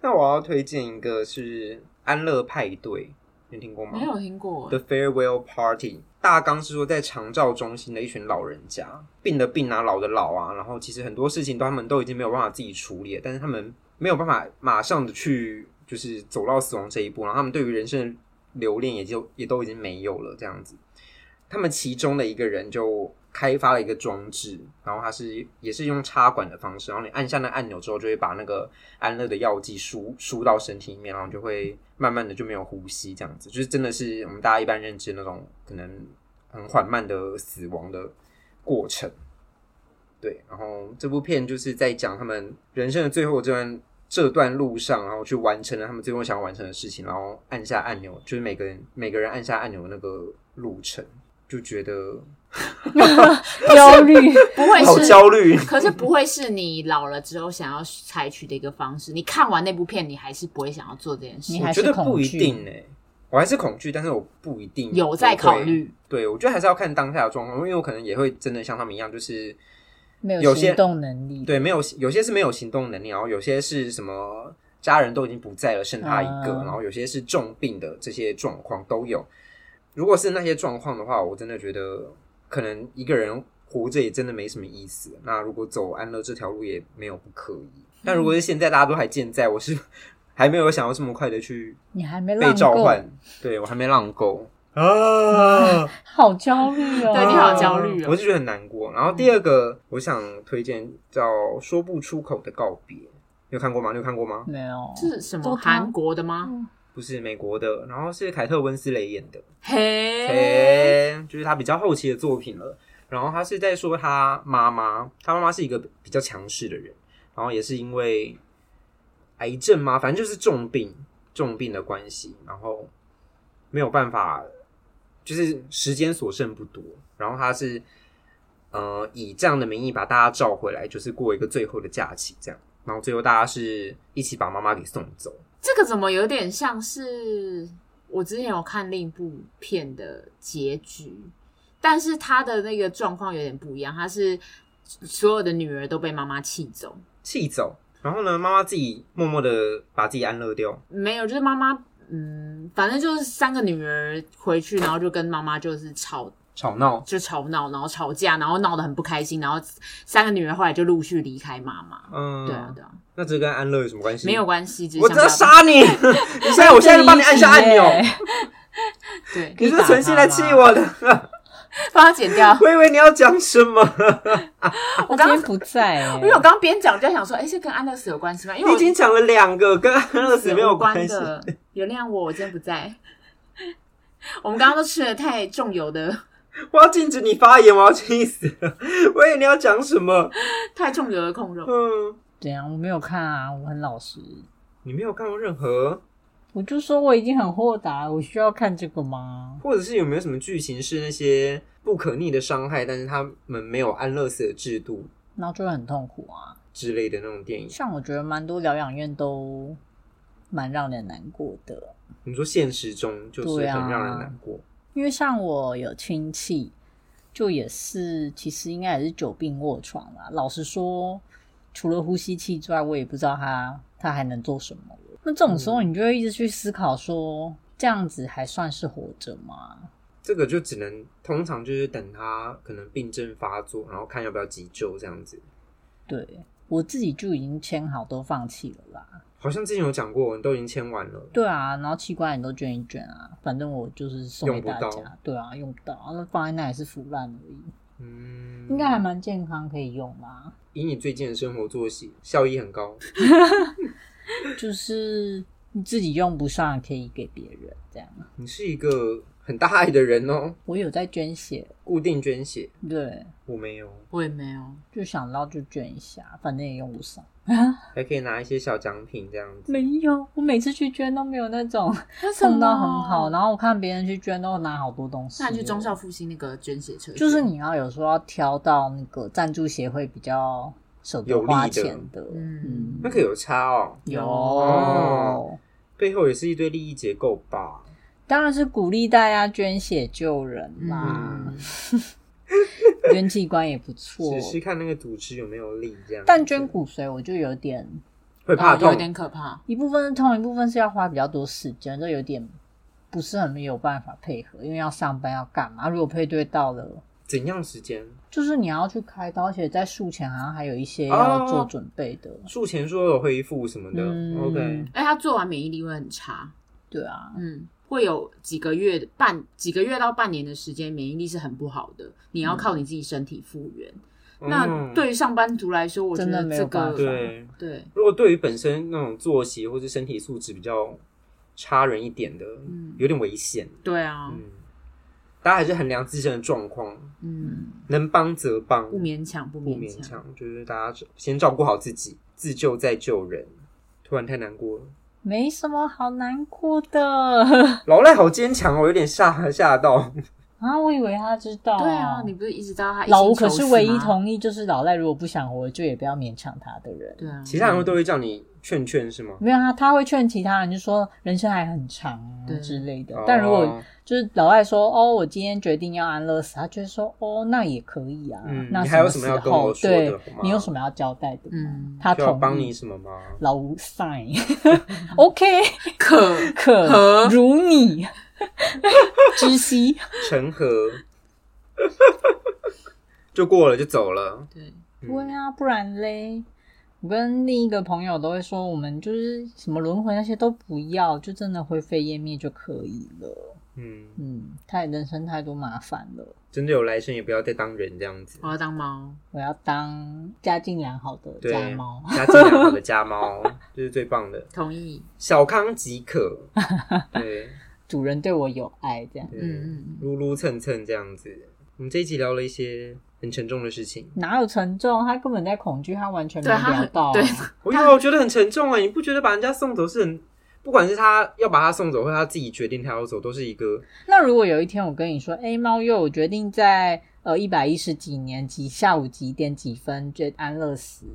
那我要推荐一个是安乐派对，你听过吗？
没有听过
The Farewell Party。大纲是说，在长照中心的一群老人家，病的病啊，老的老啊，然后其实很多事情都他们都已经没有办法自己处理了，但是他们没有办法马上的去就是走到死亡这一步，然后他们对于人生的留恋也就也都已经没有了这样子。他们其中的一个人就开发了一个装置，然后它是也是用插管的方式，然后你按下那按钮之后，就会把那个安乐的药剂输输到身体里面，然后你就会慢慢的就没有呼吸，这样子就是真的是我们大家一般认知那种可能很缓慢的死亡的过程。对，然后这部片就是在讲他们人生的最后这段这段路上，然后去完成了他们最后想要完成的事情，然后按下按钮，就是每个人每个人按下按钮的那个路程，就觉得
焦虑，
不会
好
是，
焦虑。
可是不会是你老了之后想要采取的一个方式。你看完那部片，你还是不会想要做这件事
你。
我
还
觉
是
得
恐
不一
惧
定呢、我还是恐惧，但是我不一定
有在
我会哦
考虑。
对，我觉得还是要看当下的状况，因为我可能也会真的像他们一样，就是
没
有
有
些
行动能力。
对没有有些是没有行动能力，然后有些是什么家人都已经不在了，剩他一个，
嗯
然后有些是重病的，这些状况都有。如果是那些状况的话，我真的觉得可能一个人活着也真的没什么意思。那如果走安乐这条路也没有不可以。
嗯
但如果是现在大家都还健在，我是 还没有想要这么快的去
你还没
被
浪
召
够，
唤，对我还没浪够啊，
好焦虑哦。
对你好焦虑哦
我就觉得很难过。然后第二个，我想推荐叫《说不出口的告别》，你有看过吗？你有看过吗？
没有，
是什么
多看
韩国的吗？
不是美国的，然后是凯特温斯雷演的，
嘿，
嘿，就是他比较后期的作品了。然后他是在说他妈妈，他妈妈是一个比较强势的人，然后也是因为癌症嘛，反正就是重病，重病的关系，然后没有办法，就是时间所剩不多，然后他是呃以这样的名义把大家召回来，就是过一个最后的假期这样，然后最后大家是一起把妈妈给送走，
这个怎么有点像是我之前有看另一部片的结局，但是他的那个状况有点不一样，他是所有的女儿都被妈妈气走，
气走，然后呢，妈妈自己默默的把自己安乐掉。
没有，就是妈妈，嗯，反正就是三个女儿回去，然后就跟妈妈就是吵，
吵闹，
就吵闹，然后吵架，然后闹得很不开心，然后三个女儿后来就陆续离开妈妈。
嗯，
对啊，对啊，
那这跟安乐有什么关系？
没有，关系，只是
我
想
真
表
的杀 你！你现在，我现在就帮你按下按钮。
对，
你是存心来气我的， 。
帮她剪掉
我以为你要讲什么，
我
我
今
刚
天不在欸，
因为我刚边讲就在想说，哎、这跟安乐死有关系吗？因为
你
我
已经讲了两个跟安乐死
死
没有
无关
系。
的，原谅我，我今天不在。 我们刚刚都吃了太重油的、
我要禁止你发言，我要气死了。 我以为你要讲什么，
太重油的控 肉。
嗯，
怎样？我没有看啊，我很老实。
你没有看过任何，
我就说我已经很豁达，我需要看这个吗？
或者是有没有什么剧情是那些不可逆的伤害，但是他们没有安乐死的制度
然后就会很痛苦啊。
之类的那种电影？
像我觉得蛮多疗养院都蛮让人难过的，
你说现实中就是
对
很
啊
让人难过，
因为像我有亲戚，就也是其实应该也是久病卧床啦。老实说，除了呼吸器之外，我也不知道他他还能做什么了。那这种时
嗯
候，你就会一直去思考说，这样子还算是活着吗？
这个就只能通常就是等他可能病症发作，然后看要不要急救这样子。
对我自己就已经签好都放弃了啦。
好像之前有讲过，你都已经签完了，
对啊，然后器官也都捐一捐啊，反正我就是送给
用不
大
到
家。对啊，用不到，那放在那也是腐烂而已，
嗯，
应该还蛮健康，可以用啦。
以你最近的生活作息，效益很高。
就是你自己用不上，可以给别人这样。
你是一个很大爱的人哦，
我有在捐血，
固定捐血，
对，
我没有，
我也没有，
就想到就捐一下，反正也用不上。
还可以拿一些小奖品这样子。
没有，我每次去捐都没有那种啊
那什么
送到很好，然后我看别人去捐都拿好多东西。
那你去忠孝。复兴那个捐血车，
就是你要有时候要挑到那个赞助协会比较舍
有
得
利
花
的
钱的，
嗯
那个有差哦，
有，
哦背后也是一堆利益结构吧？
当然是鼓励大家捐血救人啦，
嗯，
捐器官也不错
只，是看那个组织有没有利这样子。
啊但捐骨髓我就有点
会怕
哦有
痛，
点可怕。
一部分是痛，一部分是要花比较多时间，这有点不是很没有办法配合，因为要上班要干嘛？如果配对到了，
怎样时间？
就是你要去开刀，而且在术前好像还有一些要做准备的。
嗯
术前术后有恢复什么的、
嗯
o k
哎，他做完免疫力会很差，
对啊，
嗯，会有几个月半几个月到半年的时间，免疫力是很不好的，你
嗯
要靠你自己身体复原。那
嗯
对于上班族来说，我觉
真的
得
没
这
有办
个
法
对，
对，
如果对于本身那种作息或是身体素质比较差人一点的，
嗯，
有点危险。
对啊，
嗯，大家还是衡量自身的状况，
嗯，
能帮则帮，
不勉强，不
不
勉
勉
强。
强，就是大家先照顾好自己，自救再救人。突然太难过了，
没什么好难过的
老赖好坚强哦，有点吓吓到。
嗯
啊！我以为他知道，
对啊，你不是一直到他一
哦老吴
心
可
求
是
死
唯一
吗
同意，就是老赖如果不想活，就也不要勉强他的人。
对啊，
其他人都会叫你劝劝是吗？
嗯
没有他，他会劝其他人，就说人生还很长啊
对
之类的。但如果
哦
就是老外说哦，我今天决定要安乐死，他就会说哦，那也可以啊。
嗯
那
你还有
什
什么要
时
跟我
候
说的
对
吗
你有什么要交代的吗？
嗯
他
需要
同意
帮你什么吗？
老吴 sign，OK，
可
可
可
如你知悉。
成和 就过了，就走了。
对，
嗯
对啊，不然嘞，我跟另一个朋友都会说，我们就是什么轮回那些都不要，就真的灰飞烟灭就可以了。
嗯，
嗯，太人生太多麻烦了。
真的有来生也不要再当人这样子
我。要当猫，
我要当家境良好的
对，
家猫。
家境良好的 家猫，这是最棒的。
同意。
小康即 可，对，
主人对我有爱，这样
嗯
对
嗯嗯，
撸撸蹭蹭这样子。我们这一集聊了一些很沉重的事情，
哪有沉重？他根本在恐惧，他完全没
对他
聊
很
到啊、
对
我有我觉得很沉重啊！你不觉得把人家送走是很，不管是他要把他送走，或他自己决定他要走，都是一个
那如果有一天我跟你说，哎、猫又我决定在呃一百一十几年几下午几点几分就安乐死，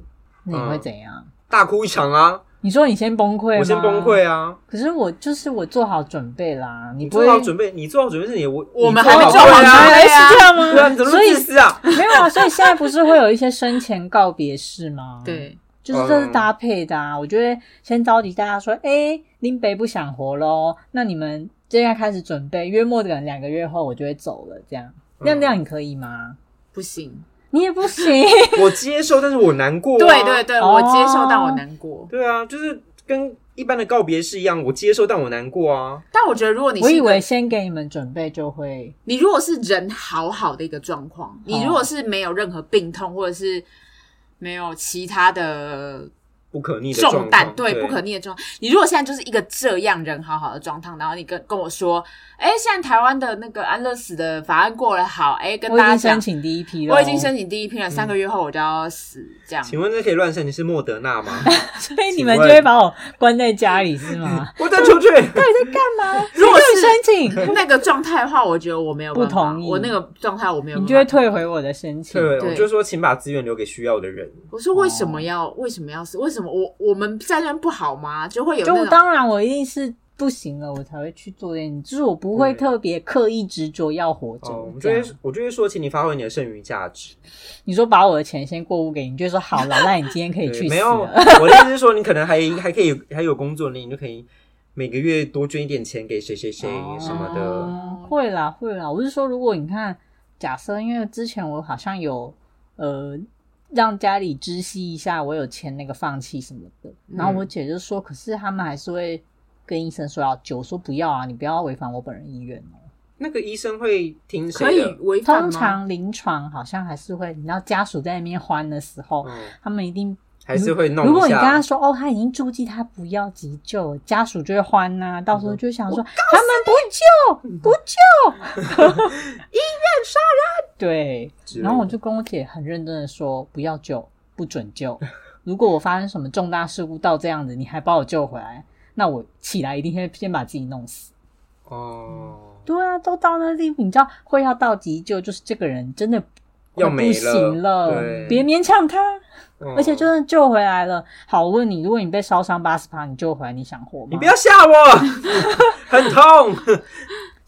那你会
嗯
怎样？
大哭一场啊！
你说你先崩溃，
我先崩。溃啊！
可是我就是我做好准备啦，你
你
不
做
会
好准备，你做好准备是你我
我们
你做
还没
好
做好
对
准
啊！
备啊
哎是这样吗？
对啊，你怎么那
所以
么自私啊？
没有啊，所以现在不是会有一些生前告别式吗？。
对，
就是
嗯
这是搭配的啊。我觉得先召集大家说，哎、林北不想活喽，那你们现在开始准备，约莫可能两个月后我就会走了，这样，那
嗯
那样你可以吗？
不行。
你也不行，
我接受，但是我难过、啊。
对对对，
哦
我接受，但我难过。
对啊，就是跟一般的告别式一样，我接受，但我难过啊。
但我觉得，如果 你
我
是一
以
个
为先给你们准备就会，
你如果是人好好的一个状况，你如果是没有任何病痛，或者是没有其他的
不可逆的
重
状
担，
况，
对不可逆的状况，你如果现在就是一个这样人好好的状态，然后你跟跟我说，哎，现在台湾的那个安乐死的法案过了，好，哎，跟
我已
大家
经
讲
申。请第一批了，
我已经申请第一批了，三个月后我就要死，这样。
请问这可以乱生？你是莫德纳 吗？
所以你们就会把我关在家里是吗？
我再出去。
如果
对，
是
申 请，
那个状态的话，我觉得我没有办法
不同意
我那个状态我没有
你
办
就会
法。
退回我的申请。
对，
对
我就说，请把资源留给需要的人。
我说为什么要、为什么要死？为什么我我们在那边不好吗？就会有
就
那种
当然我一定是不行了，我才会去做这件事，就是我不会
对
特别刻意执着要活着。
哦，我
这
就
样
会，我就会说，请你发挥你的剩余价值。
你说把我的钱先过户给你，你就说好了，那你今天可 以
对，
去
没
死
有，
了。
我的意思是说，你可能还还可以还有工作，你就可以每个月多捐一点钱给谁谁谁
哦
什么的。
嗯会啦会啦，我是说，如果你看，假设因为之前我好像有呃让家里知悉一下，我有签那个放弃什么的，然后
嗯
我姐就说，可是他们还是会跟医生说要救，我说不要啊，你不要违反我本人意愿哦。
那个医生会听
可
谁
以
的？
违反吗
通常临床好像还是会，你知道家属在那边欢的时候，
嗯，
他们一定
还是会弄
如果
一
你跟他
下。
说哦，他已经注记他不要急救，家属就会欢呐、到
嗯
时候就想说他们不救不救， 医院杀
之
人。对，
类的
然后我就跟我姐很认真的说，不要救，不准救。如果我发生什么重大事故到这样子，你还把我救回来，那我起来一定先先把自己弄死。
哦，
对啊，都到那地步，你知道会要到急救，就是这个人真的快
要没
不行
了对
别勉强他。
嗯
而且就算救回来了，好，我问你，如果你被烧伤八十趴，你救回来，你想活吗？
你不要吓我， 很痛，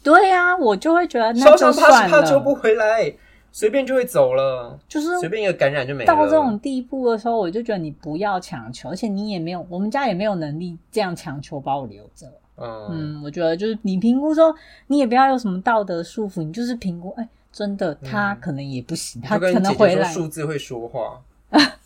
对呀、我就会觉得那
烧
就
伤怕
算
是怕救
了。
不回来，随便就会走了，
就是
随便一个感染就没了。
到这种地步的时候，我就觉得你不要强求，而且你也没有，我们家也没有能力这样强求把我留着。
嗯，
嗯，我觉得就是你评估之后，你也不要有什么道德束缚，你就是评估，哎、真的他
嗯
可能也不行，他
就
可
跟
能
姐
回
姐说
来。
数字会说 话，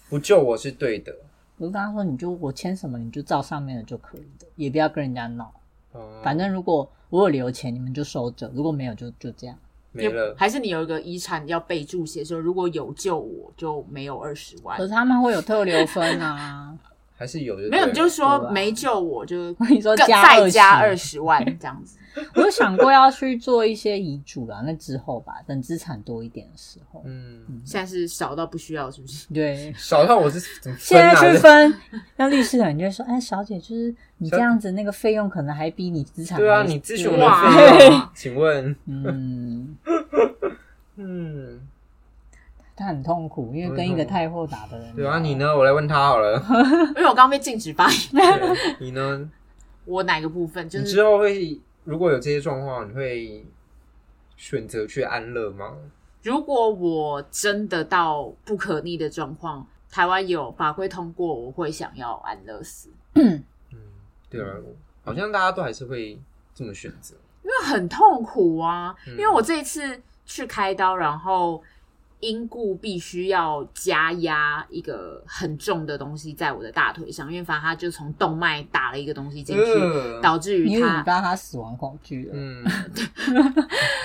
不救我是对的。
我就跟他说，你就我签什么，你就照上面的就可以的，也不要跟人家闹。
哦
反正如果我有留钱，你们就收着；如果没有就，就这样。
没了，
还是你有一个遗产要备注写说，如果有救我就没有二十万
可，是他们会有特留 分啊。
还是有的。
没有你就
对
说
啊
没救我就
我跟 你说
更
加
再加
20
二十万这样子。
我有想过要去做一些遗嘱啦，那之后吧，等资产多一点的时候。
嗯，
现在是少到不需要，是不 是？
对，
少到我是怎么
现
分
在
啊？
去分，那律师可能就会说：“哎，小姐，就是你这样子，那个费用可能还比你资产
对啊，
还
你咨询
多
我的
哇
费用，啊请问，
嗯，
嗯，
他很痛苦，因为跟一个太货打的人。
对啊，你？呢？我来问他好 了。
因为我刚被禁止发言，
对你呢？
我哪个部分就
你
是
之后会如果有这些状况，你会选择去安乐吗？
如果我真的到不可逆的状况，台湾有法规通过，我会想要安乐死，
嗯，对啊，好像大家都还是会这么选择。
因为很痛苦啊。
嗯
因为我这一次去开刀，然后因故必须要加压一个很重的东西在我的大腿上，因为反正他就从动脉打了一个东西进去，
呃
导致于
因为
他
你让他死亡恐惧了。
嗯，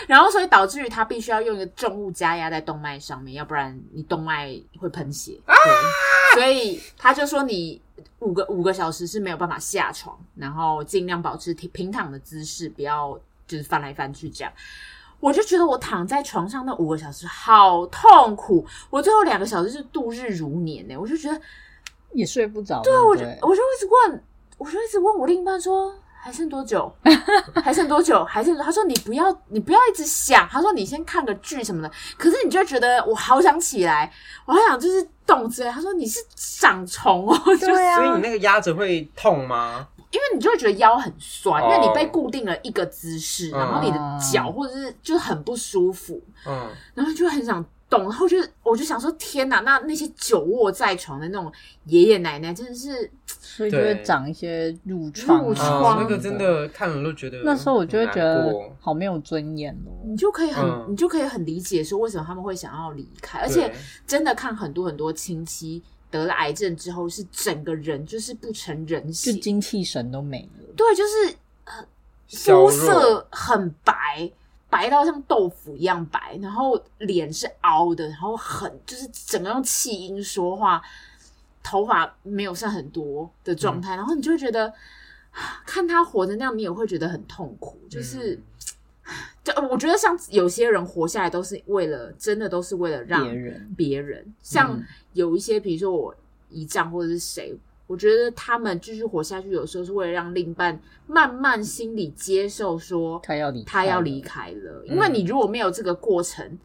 然后所以导致于他必须要用一个重物加压在动脉上面，要不然你动脉会喷血。对，所以他就说你五个五个小时是没有办法下床，然后尽量保持平平躺的姿势，不要就是翻来翻去这样。我就觉得我躺在床上那五个小时好痛苦，我最后两个小时是度日如年呢、我就觉得
也睡不着。
对啊，
不
我就我就一直问，我就一直问我另一半说，还剩多久？ 还剩多久？还剩多久？他说你不要，你不要一直想。他说你先看个剧什么的。可是你就会觉得我好想起来，我好想就是动之类。他说你是长虫哦， 就是
对
所以
啊
你，那个压着会痛吗？
因为你就会觉得腰很酸，因为你
哦
被固定了一个姿势，
嗯
然后你的脚或者是就是很不舒服，
嗯，
然后就很想。动，然后就是我就想说，天哪！那那些久卧在床的那种爷爷奶奶，真的是
所以就会长一些褥疮啊。
褥疮
哦
爽，
那个真的看了都觉得很难过。
那时候我就会觉得好没有尊严
你
哦。
就可以很，
嗯
你就可以很理解说为什么他们会想要离开，而
对，
且真的看很多很多亲戚得了癌症之后，是整个人就是不成人
就
形，
精气神都没了。
对，就是呃
削
肤
弱
色很白，白到像豆腐一样白，然后脸是凹的，然后很就是整个用气音说话，头发没有剩很多的
嗯
状态，然后你就会觉得啊看他活成那样，你也会觉得很痛苦，就是。
嗯
就呃我觉得像有些人活下来都是为了，真的都是为了让
别人
别人像
嗯
有一些，比如说我姨丈或者是谁，我觉得他们继续活下去，有时候是为了让另一半慢慢心里接受说
他要离开
他
了
要离开了，因为你
嗯
如果没有这个过程，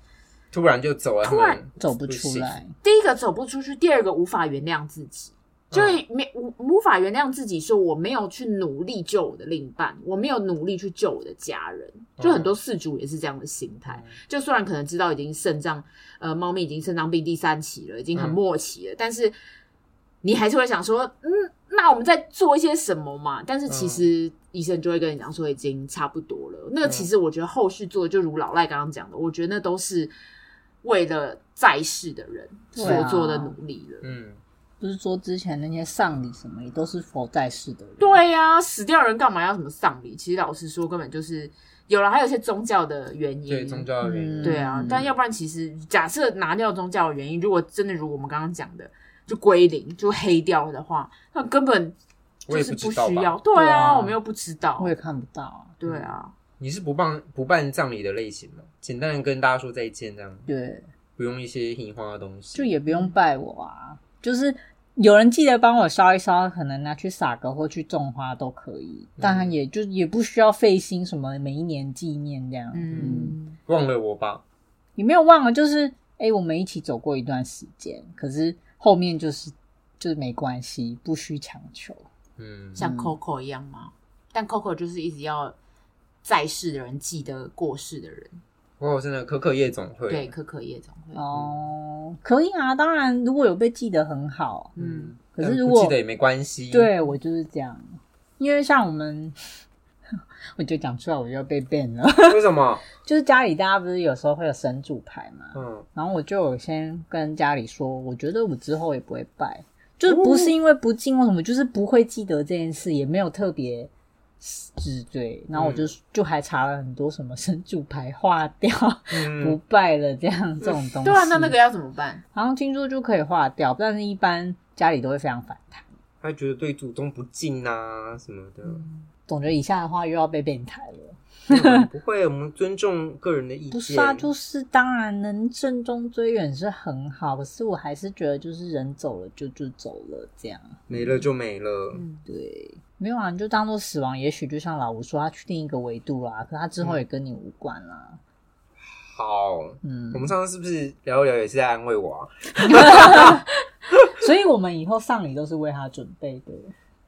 突然就走了，
突然
他们
走不出来，
第一个走不出去，第二个无法原谅自己。就
嗯
没无无法原谅自己，说我没有去努力救我的另一半，我没有努力去救我的家人，就
嗯
很
嗯
多事主也是这样的心态。就虽然可能知道已经肾脏，呃，猫咪已经肾脏病第三期了，已经很
嗯行
末期了，但是你还是会想说，嗯，那我们再做一些什么嘛？但是其实
嗯
医生就会跟你讲说，已经差不多了。那个其实我觉得后续做的，就如老赖刚刚讲的，我觉得那都是为了在世的人
对
所
啊
做的努力了。
嗯，
不是说之前那些丧礼什么也都是佛在世的人。
啊
对啊呀、死掉的人干嘛要什么丧礼？其实老实说，根本就是有了，还有一些宗教的原因，
对宗教的原因，
对啊
嗯，
但要不然其实假设拿掉宗教的原因，如果真的如我们刚刚讲的，就归零就黑掉的话，那根本
我
就
也
是
知道
需要。
吧。
对
对
啊，
啊
我们又不知道
我。也看不到啊。
对啊，
你是不办不办葬礼的类型吗？简单的跟大家说再见，这样
对，
不用一些樱花的东西。
就也不用拜我啊，就是有人记得帮我烧一烧，可能拿去撒个或去种花都可以，
嗯
当然也就也不需要费心什么每一年纪念这样，
嗯，
忘了我吧，
也没有忘了，就是哎、诶我们一起走过一段时间，可是后面就是就是没关系，不需强求。
嗯，
像 Coco 一样吗？但 Coco 就是一直要在世的人记得过世的人，
哇，真的可可夜总会，
对，可可夜总会，
哦，可以啊，当然如果有被记得很好，
嗯，
可是
但
如
不
果
记得也没关系，，
对我就是这样，因为像我们， 我就讲出来我就要被 ban 了，
为什么？
就是家里大家不是有时候会有神主牌嘛，
嗯，
然后我就有先跟家里说，我觉得我之后也不会
哦
拜，就是不是因为不敬或什么，就是不会记得这件事，也没有特别指对。然
嗯
后我就、就还查了很多什么神主牌化掉、不
嗯，
拜了这样这种东西。
对啊，那那个要怎么办？
好像听说就可以化掉，但是一般家里都会非常反弹。
他觉得对祖宗不敬啊什么的。
嗯总觉得以下的话又要被变态了，
那我们不会，我们尊重个人的意见。
不是啊，就是当然能正中追远是很好，可是我还是觉得就是人走了就就走了这样。
没了就没了。
嗯，
对，没有啊，你就当做死亡。也许就像老吴说，他去另一个维度啦，可他之后也跟你无关啦。
好，
嗯
我，们上次是不是聊一聊也是在安慰我啊？
所以我们以后丧礼都是为他准备的。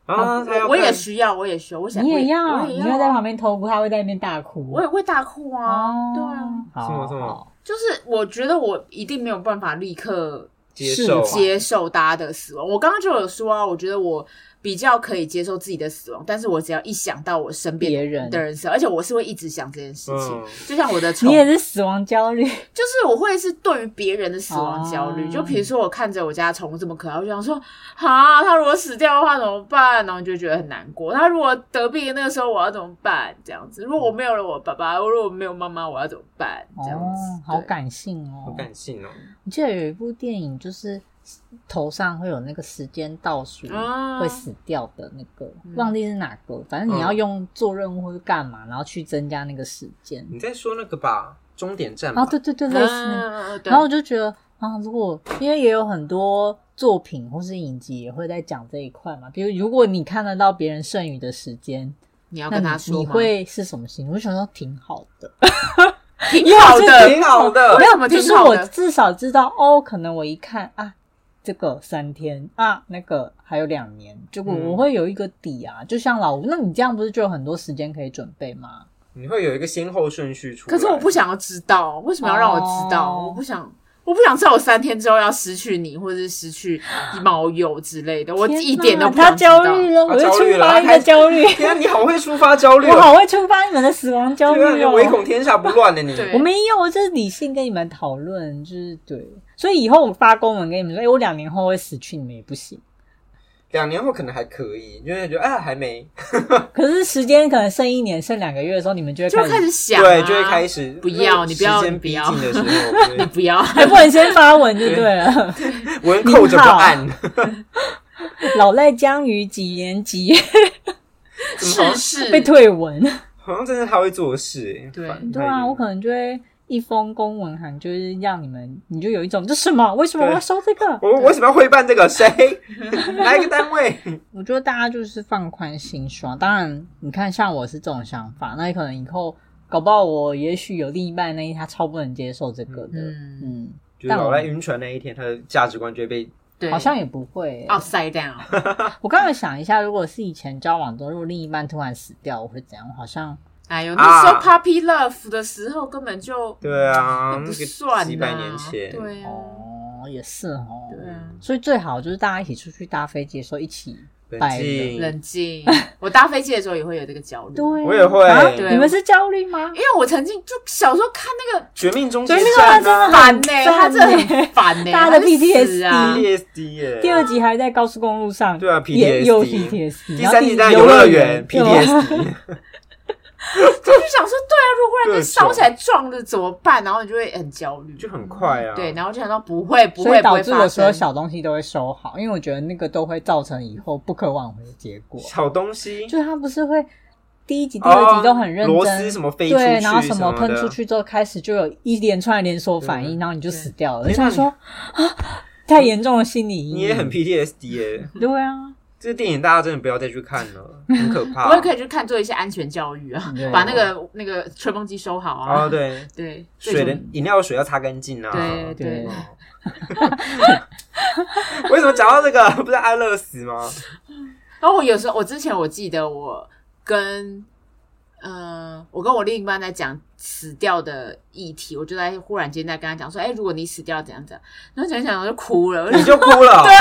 啊，他要
我我也
看
需要，我也需要，我想
你也
我
要，啊
也
你
要啊
会在旁哦边偷哭，他会在那边大哭。
我也会大哭啊，对啊，，
好，
是吗是吗
好
就是我觉得我一定没有办法立刻
接受啊
是
接受大家的死亡。我刚刚就有说啊，我觉得我比较可以接受自己的死亡，但是我只要一想到我身边
别人
的人死亡，而且我是会一直想这件事情，
嗯
就像我的宠
你也是死亡焦虑，
就是我会是对于别人的死亡焦虑，
哦
就比如说我看着我家宠物这么可爱，我就想说，啊，它如果死掉的话怎么办？然后你就觉得很难过。它如果得病那个时候我要怎么办？这样子，如果我没有了我爸爸，如果我没有妈妈，我要怎么办？这样子，
哦，好
对。
感性哦，
好感性哦。
我记得有一部电影，就是头上会有那个时间倒数
啊嗯
会死掉的那个，忘记是哪个，反正你要用做任务或是干嘛，然后去增加那个时间。
你在说那个吧，终点站吧
哦，对对对，
嗯
类似那个。
嗯嗯对
然后我就觉得啊，如果因为也有很多作品或是影集也会在讲这一块嘛，比如如果你看得到别人剩余的时间，
你要
那
跟
你
他说吗
你会是什么心情？我就想说挺好的，
挺好的，
挺好的
为。什么
哎就
挺
是
好
我
的？
至少知道哦，可能我一看啊，这个三天啊，那个还有两年，结果
嗯
我会有一个底
嗯
啊。就像老吴，那你这样不是就有很多时间可以准备吗？
你会有一个先后顺序出来。
可是我不想要知道，为什么要让我知道？
哦
我不想，我不想知道我三天之后要失去你，或者是失去某友之类的，我
天哪
一点都不
他
想知道
焦。虑了，
他啊
我又
焦虑
触
了
发一
他
个焦虑，
天啊，你好会抒发焦虑
我
哦，
好会触发你们的死亡焦
对啊，
虑
你
哦。
唯恐天下不乱的 你。
对
我没有，我就是理性跟你们讨论，就是对，所以以后我发公文给你们说，哎、我两年后会死去，你们也不行。
两年后可能还可以，因为觉得哎还没，
可是时间可能剩一年、剩两个月的时候，你们就会
就会开
开始
始想、啊，
对，就会开始呃
不要你不要
时间
你不
逼
要
近的时候，对
不要，
还不能先发文就对 了。
我扣着不按，
老赖将于几年几月
是是
被退文？
好像真的他会做事哎，
对
烦
对啊，我可能就会一封公文函，就是让你们，你就有一种这什么？为什么我要收这个？
我为什么要会办这个？ 谁来一个单位？
我觉得大家就是放宽心胸。当然，你看像我是这种想法，那可能以后搞不好我也许有另一半那一天他超不能接受这个的，
嗯，
嗯，
就是老赖晕船那一天，他的价值观就会被
对，哦
好像也不会欸、
upside down，
我刚才想一下，如果是以前交往中，如果另一半突然死掉，我会怎样？我好像
哎呦，那时候
啊
puppy love 的时候根本就
对啊，
不
那个
算、啊，
几百年前，嗯
对啊，
哦，也是哦，
对啊。
所以最好就是大家一起出去搭飞机的时候一起
冷
拜
静
了。
冷静， 我搭飞机的时候也会有这个焦虑，
对，
我也会啊
啊
对
你们是焦虑吗？
因为我曾经就小时候看那个
绝命 终结
绝命终结
站
真的
啊
很
烦呢、
赞
他真的
欸
很烦呢、
大家的
他去死啊
PTSD 很！
，PTSD 耶，
第二集还在高速公路上，
对啊
也
PTSD
又 PTSD，
第
然后
三集在游
游
乐园
园
PTSD，
我就想说，对啊，如果忽然间烧起来撞了怎么办？然后你就会很焦虑，
就很快啊，
对，然后就想到不会不
所
会
以
不
导
会
致我
发
所有
生，
小东西都会收好，因为我觉得那个都会造成以后不可挽回的结果。
小东西，
就是他不是会第一集、第二集都很认真，
哦螺丝什么飞出去，
对，然后什
么
么喷出
的，
去之后，开始就有一连串的连锁反应，
对
然后你就死掉了。
对
我想说啊，太严重的心理阴影，
你也很 PTSD 耶。
对啊，
这个电影大家真的不要再去看 了，很可怕。
不会可以去看做一些安全教育啊
对，
把那个那个吹风机收好啊，
哦，对，
对，
水的
这种
饮料水要擦干净啊。
对对
对，
为什么讲到这个， 不是安乐死吗？
然后我有时候，我之前我记得我跟呃，我跟我另一半在讲死掉的议题，我就在忽然间在跟他讲说，哎、如果你死掉怎样怎样，然后讲一讲我就哭了，我就
你就哭 了，对啊，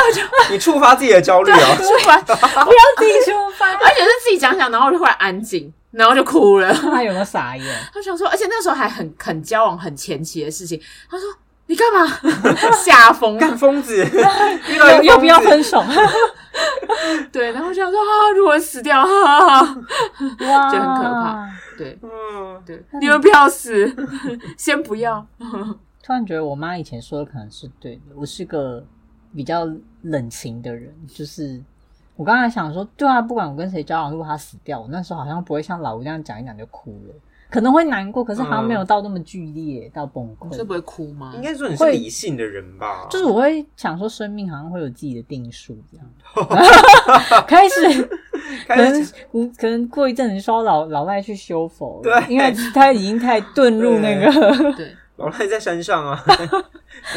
你触发自己的焦虑啊，
出来，
不要自己出发。
而且是自己讲讲，然后我就忽然安静，然后就哭了。
他有没有傻眼？
他想说，而且那时候还很很交往很前期的事情，他说你干嘛 吓疯？
干 疯 子，遇到一个
要啊要不要
疯子
分手？
对，然后我想说啊，如果死掉，哈、啊，
哇
就很可怕。对
嗯，
对，你们不要死， 先不要。
突然觉得我妈以前说的可能是对的，我是个比较冷情的人，就是我刚才想说，对啊，不管我跟谁交往，如果他死掉，我那时候好像不会像老吴那样讲一讲就哭了，可能会难过，可是好像没有到那么剧烈、到崩溃
你。是不会哭吗
应？该说你是理性的人吧，
就是我会想说，生命好像会有自己的定数，这样 开始可
开
能
始
我可能过一阵子说老老赖去修佛了，
对
因为他已经太遁入那个
对，
老赖在山上啊，那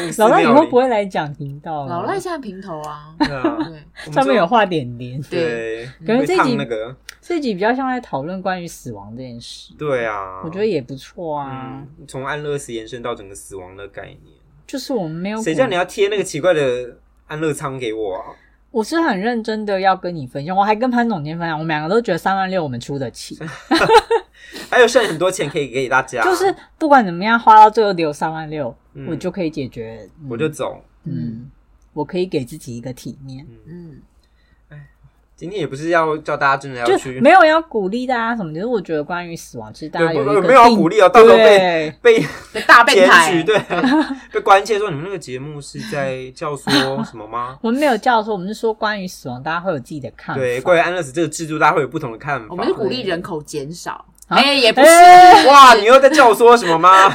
个寺
老赖以
庙
后
里
不会来讲频道了，
老赖现在平头啊，
对啊
对，
我们
上面
就
有画点点，
对，
感觉
会
这一集
烫那个，
这集比较像在讨论关于死亡这件事，
对啊，
我觉得也不错啊。
嗯，从安乐死延伸到整个死亡的概念，
就是我们没有
谁
鼓
叫你要贴那个奇怪的安乐仓给我啊？
我是很认真的要跟你分享，我还跟潘总监分享，我们两个都觉得三万六我们出得起，
还有剩很多钱可以给大家，
就是不管怎么样花到最后留三万六、
嗯
我就可以解决。嗯
我就走。
嗯，我可以给自己一个体面。
嗯，
今天也不是要叫大家真的要
就
去
没有要鼓励大家什么，就是我觉得关于死亡，其实大家
对不
一个
没有要
定
鼓励哦到时候被
对？
被
大变
检
态
举，，对啊，被关切说你们那个节目是在教唆什么吗
我们没有叫说，我们是说关于死亡，大家会有自己的看法。
对，关于安乐死这个制度，大家会有不同的看法。
我们是鼓励人口减少，
啊
哎，也不是，
哎
哇，你又在教唆什么吗？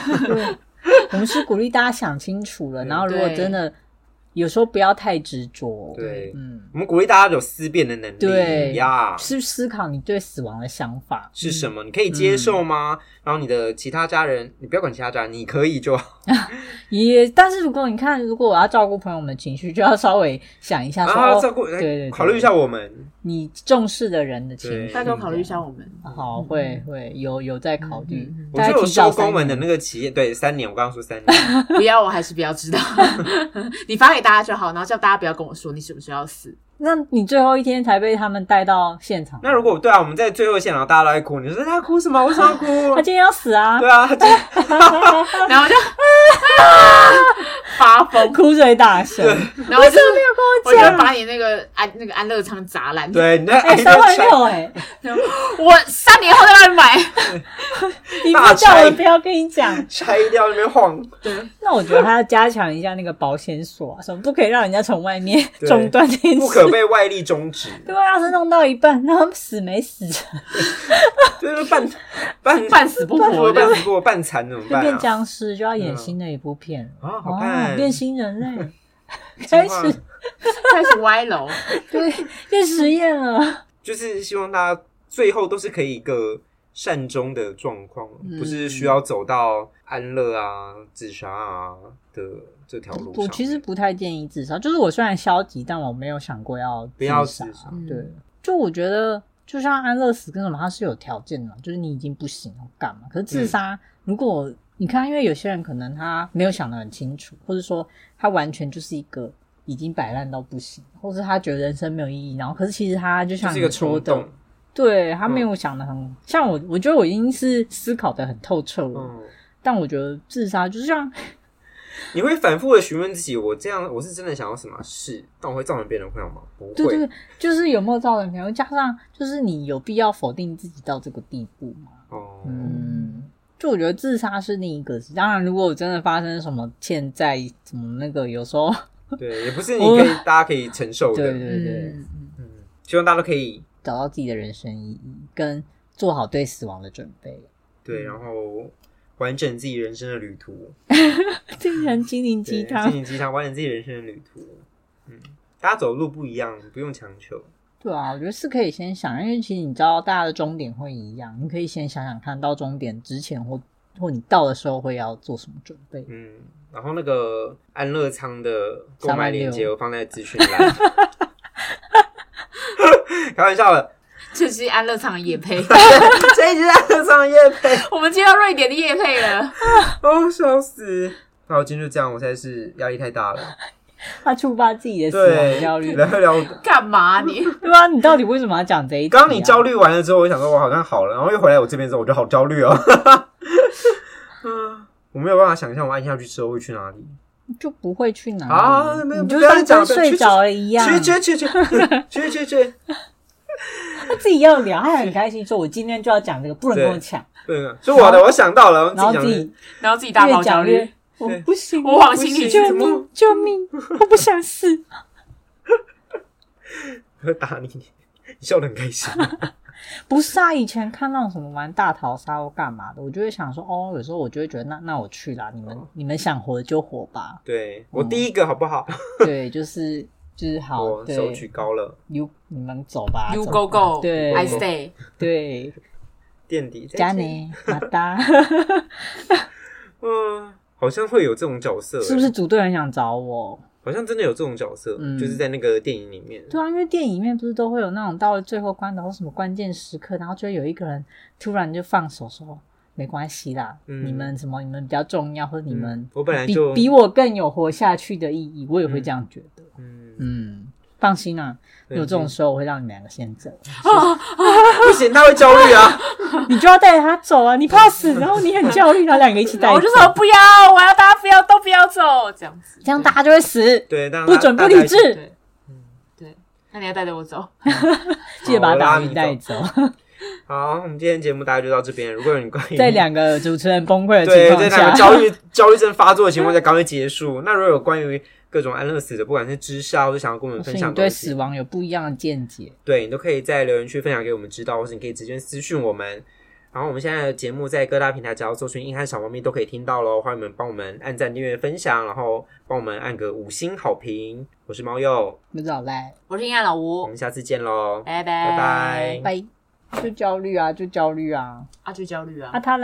我们是鼓励大家想清楚了，然后如果
对
真的有时候不要太执着，
对
嗯，
我们鼓励大家有思辨的能力，
对
呀。
是思考你对死亡的想法
是什
嗯
么？你可以接受吗？然后你的其他家人，你不要管其他家人，你可以就好。
也，但是如果你看，如果我要照顾朋友们的情绪，就要稍微想一下说，
啊，
哦
照顾，
对对，对
考虑一下我们。
你重视的人的情绪，
对嗯
大家都考虑一下我们。
好，会会有有在考虑
嗯嗯嗯，
我
大
就
家
有
提早
收
三
公文的
年
那个企业，对，三年，我刚刚说三年，
不要，我还是不要知道。 你发给大家就好，然后叫大家不要跟我说你什么时候要 死。
那你最后一天才被他们带到现场？
那如果对啊，我们在最后现场大家都在哭，你说他哭什么？为什么要哭？
他今天要死啊
对，啊，他就
然后我就 发疯，
哭最大声。
然后我就
我
我就把你那个安那个安乐仓砸烂。
对，你在。
哎，三万六哎，
我三年后再让你 买。
你不叫我不要跟你讲
拆掉那边晃，
那我觉得他要加强一下那个保险锁啊，什么不可以让人家从外面
对
中断这件
不可
事。
被外力终止，
对啊，要是弄到一半，那他们死没死，
就是半半
半死不活
半死不活半残怎么
就
办
变
啊？
僵尸，就要演新的一部片了。
啊，好
哦
看，，
变哎新人 类， 开始
开始歪楼，
对变实验了。
就是希望大家最后都是可以一个善终的状况，
嗯
不是需要走到安乐啊、自杀啊的这条路上。
嗯我其实不太建议自杀，就是我虽然消极，但我没有想过要
不要
自
自
杀。
杀，
嗯
对，就我觉得，就像安乐死跟什么，它是有条件的嘛，就是你已经不行了，干嘛？可是
嗯
自杀，如果你看，因为有些人可能他没有想得很清楚，或者说他完全就是一个已经摆烂到不行，或者他觉得人生没有意义，然后可是其实他就
就
像
是
你
一个
说
冲
的
动，。
对他
嗯
没有想得很、像我，我觉得我已经是思考的很透彻了，
嗯，
但我觉得自杀就像
你会反复的询问自己：我这样，我是真的想要什么事？但我会造成别人的困扰吗？不
对对
会。
对，就是有没有造成朋友，加上就是你有必要否定自己到这个地步吗？
哦，
嗯，就我觉得自杀是另一个事。当然，如果我真的发生什么欠债，什么那个，有时候
对，也不是你可以，大家可以承受
对
的。
对对，
嗯，嗯
嗯，希望大家都可以
找到自己的人生意义，跟做好对死亡的准备。嗯
对，然后完整自己人生的旅途。
这个人心灵鸡
对
汤
心，灵鸡汤，完整自己人生的旅途。嗯，大家走路不一样，不用强求。
对啊，我觉得是可以先想，因为其实你知道大家的终点会一样，你可以先想想看到终点之前或或你到的时候会要做什么准 备。
嗯，然后那个安乐仓的购买链接
360
我放在资讯栏。开玩笑的，
这是安乐场的夜配，
这一集在上夜配，
我们接到瑞典的夜配了。
哦，笑死！好，今天就这样，我实在是压力太大了。
他触发自己的死
对，
亡焦虑，
聊一聊。
干嘛你？
对啊，你到底为什么要讲这一、啊？
刚刚你焦虑完了之后，我想说我好像好了，然后又回来我这边之后，我就好焦虑哦。 嗯，我没有办法想象我按下去之后会去哪里
就不会去哪里
啊！没有，
你就
不要再
像
讲
跟
了
睡着了一样，
去去去去去去去去，
他自己要聊，他很开心，说我今天就要讲这个，不能
对
跟 我抢，
对啊，是我的，我想到了，
然后
自
自
己讲的
己
然后自己大爆
越
焦
讲
虑
越。我
对
不行，
我往心里去
救
怎么
命救命，我不想死。
我会打你， 你笑得很开 心。。
不是啊，以前看那种什么玩大逃杀或干嘛的，我就会想说，哦，有时候我就会觉得，那那我去啦，你们、你们想活就活吧
对我第一个好不好？
对，就是就是嗯好，
我
对
手举高了，
，you 你们走吧
You
走
go
吧
go，
对
I stay。
对，
垫底。再见
加，你马 达，
嗯，好像会有这种角色，
是不是？组队很想找我？
好像真的有这种角色，
嗯
就是在那个电影里面。
对啊，因为电影里面不是都会有那种到了最后关头或什么关键时刻，然后就会有一个人突然就放手说。没关系啦，
嗯
你们什么你们比较重要，或者你们、
嗯我本来
比
就
比我更有活下去的意义，我也会这样觉得。
嗯，
嗯，放心啊，
对
有这种时候我会让你们两个先走，
不行，他会焦虑 啊。
你就要带着他走啊！你怕死，然后你很焦虑，然后两个一起带
然后
走，
我就说不要，我要大家不要都不要走，这样子。
这样大家就会死，
对，但
不准不理智，
对对对，那你要带着我走。
记得把
好我拉
达
你
米带走。
好，我们今天节目大概就到这边。如果有你关于
在两个主持人崩溃的
对
情
在
况
两
下
个，焦虑焦虑症发作的情况下，赶快结束。那如果有关于各种安乐死的，不管是知识啊，或者想要跟我们
或是
分享
哦
的
你
东
对
西
死亡有不一样的见解，
对你都可以在留言区分享给我们知道，或是你可以直接私讯我们。然后我们现在的节目在各大平台只要搜寻“硬汉小猫咪”都可以听到喽，欢迎你们帮我们按赞、订阅、分享，然后帮我们按个五星好评。我是猫鼬，
不知道赖，
我是阴暗老
我
吴，
们下次见喽，
拜
拜拜嗯
拜，就焦虑啊，就焦虑啊，
啊，就焦虑啊
啊，他。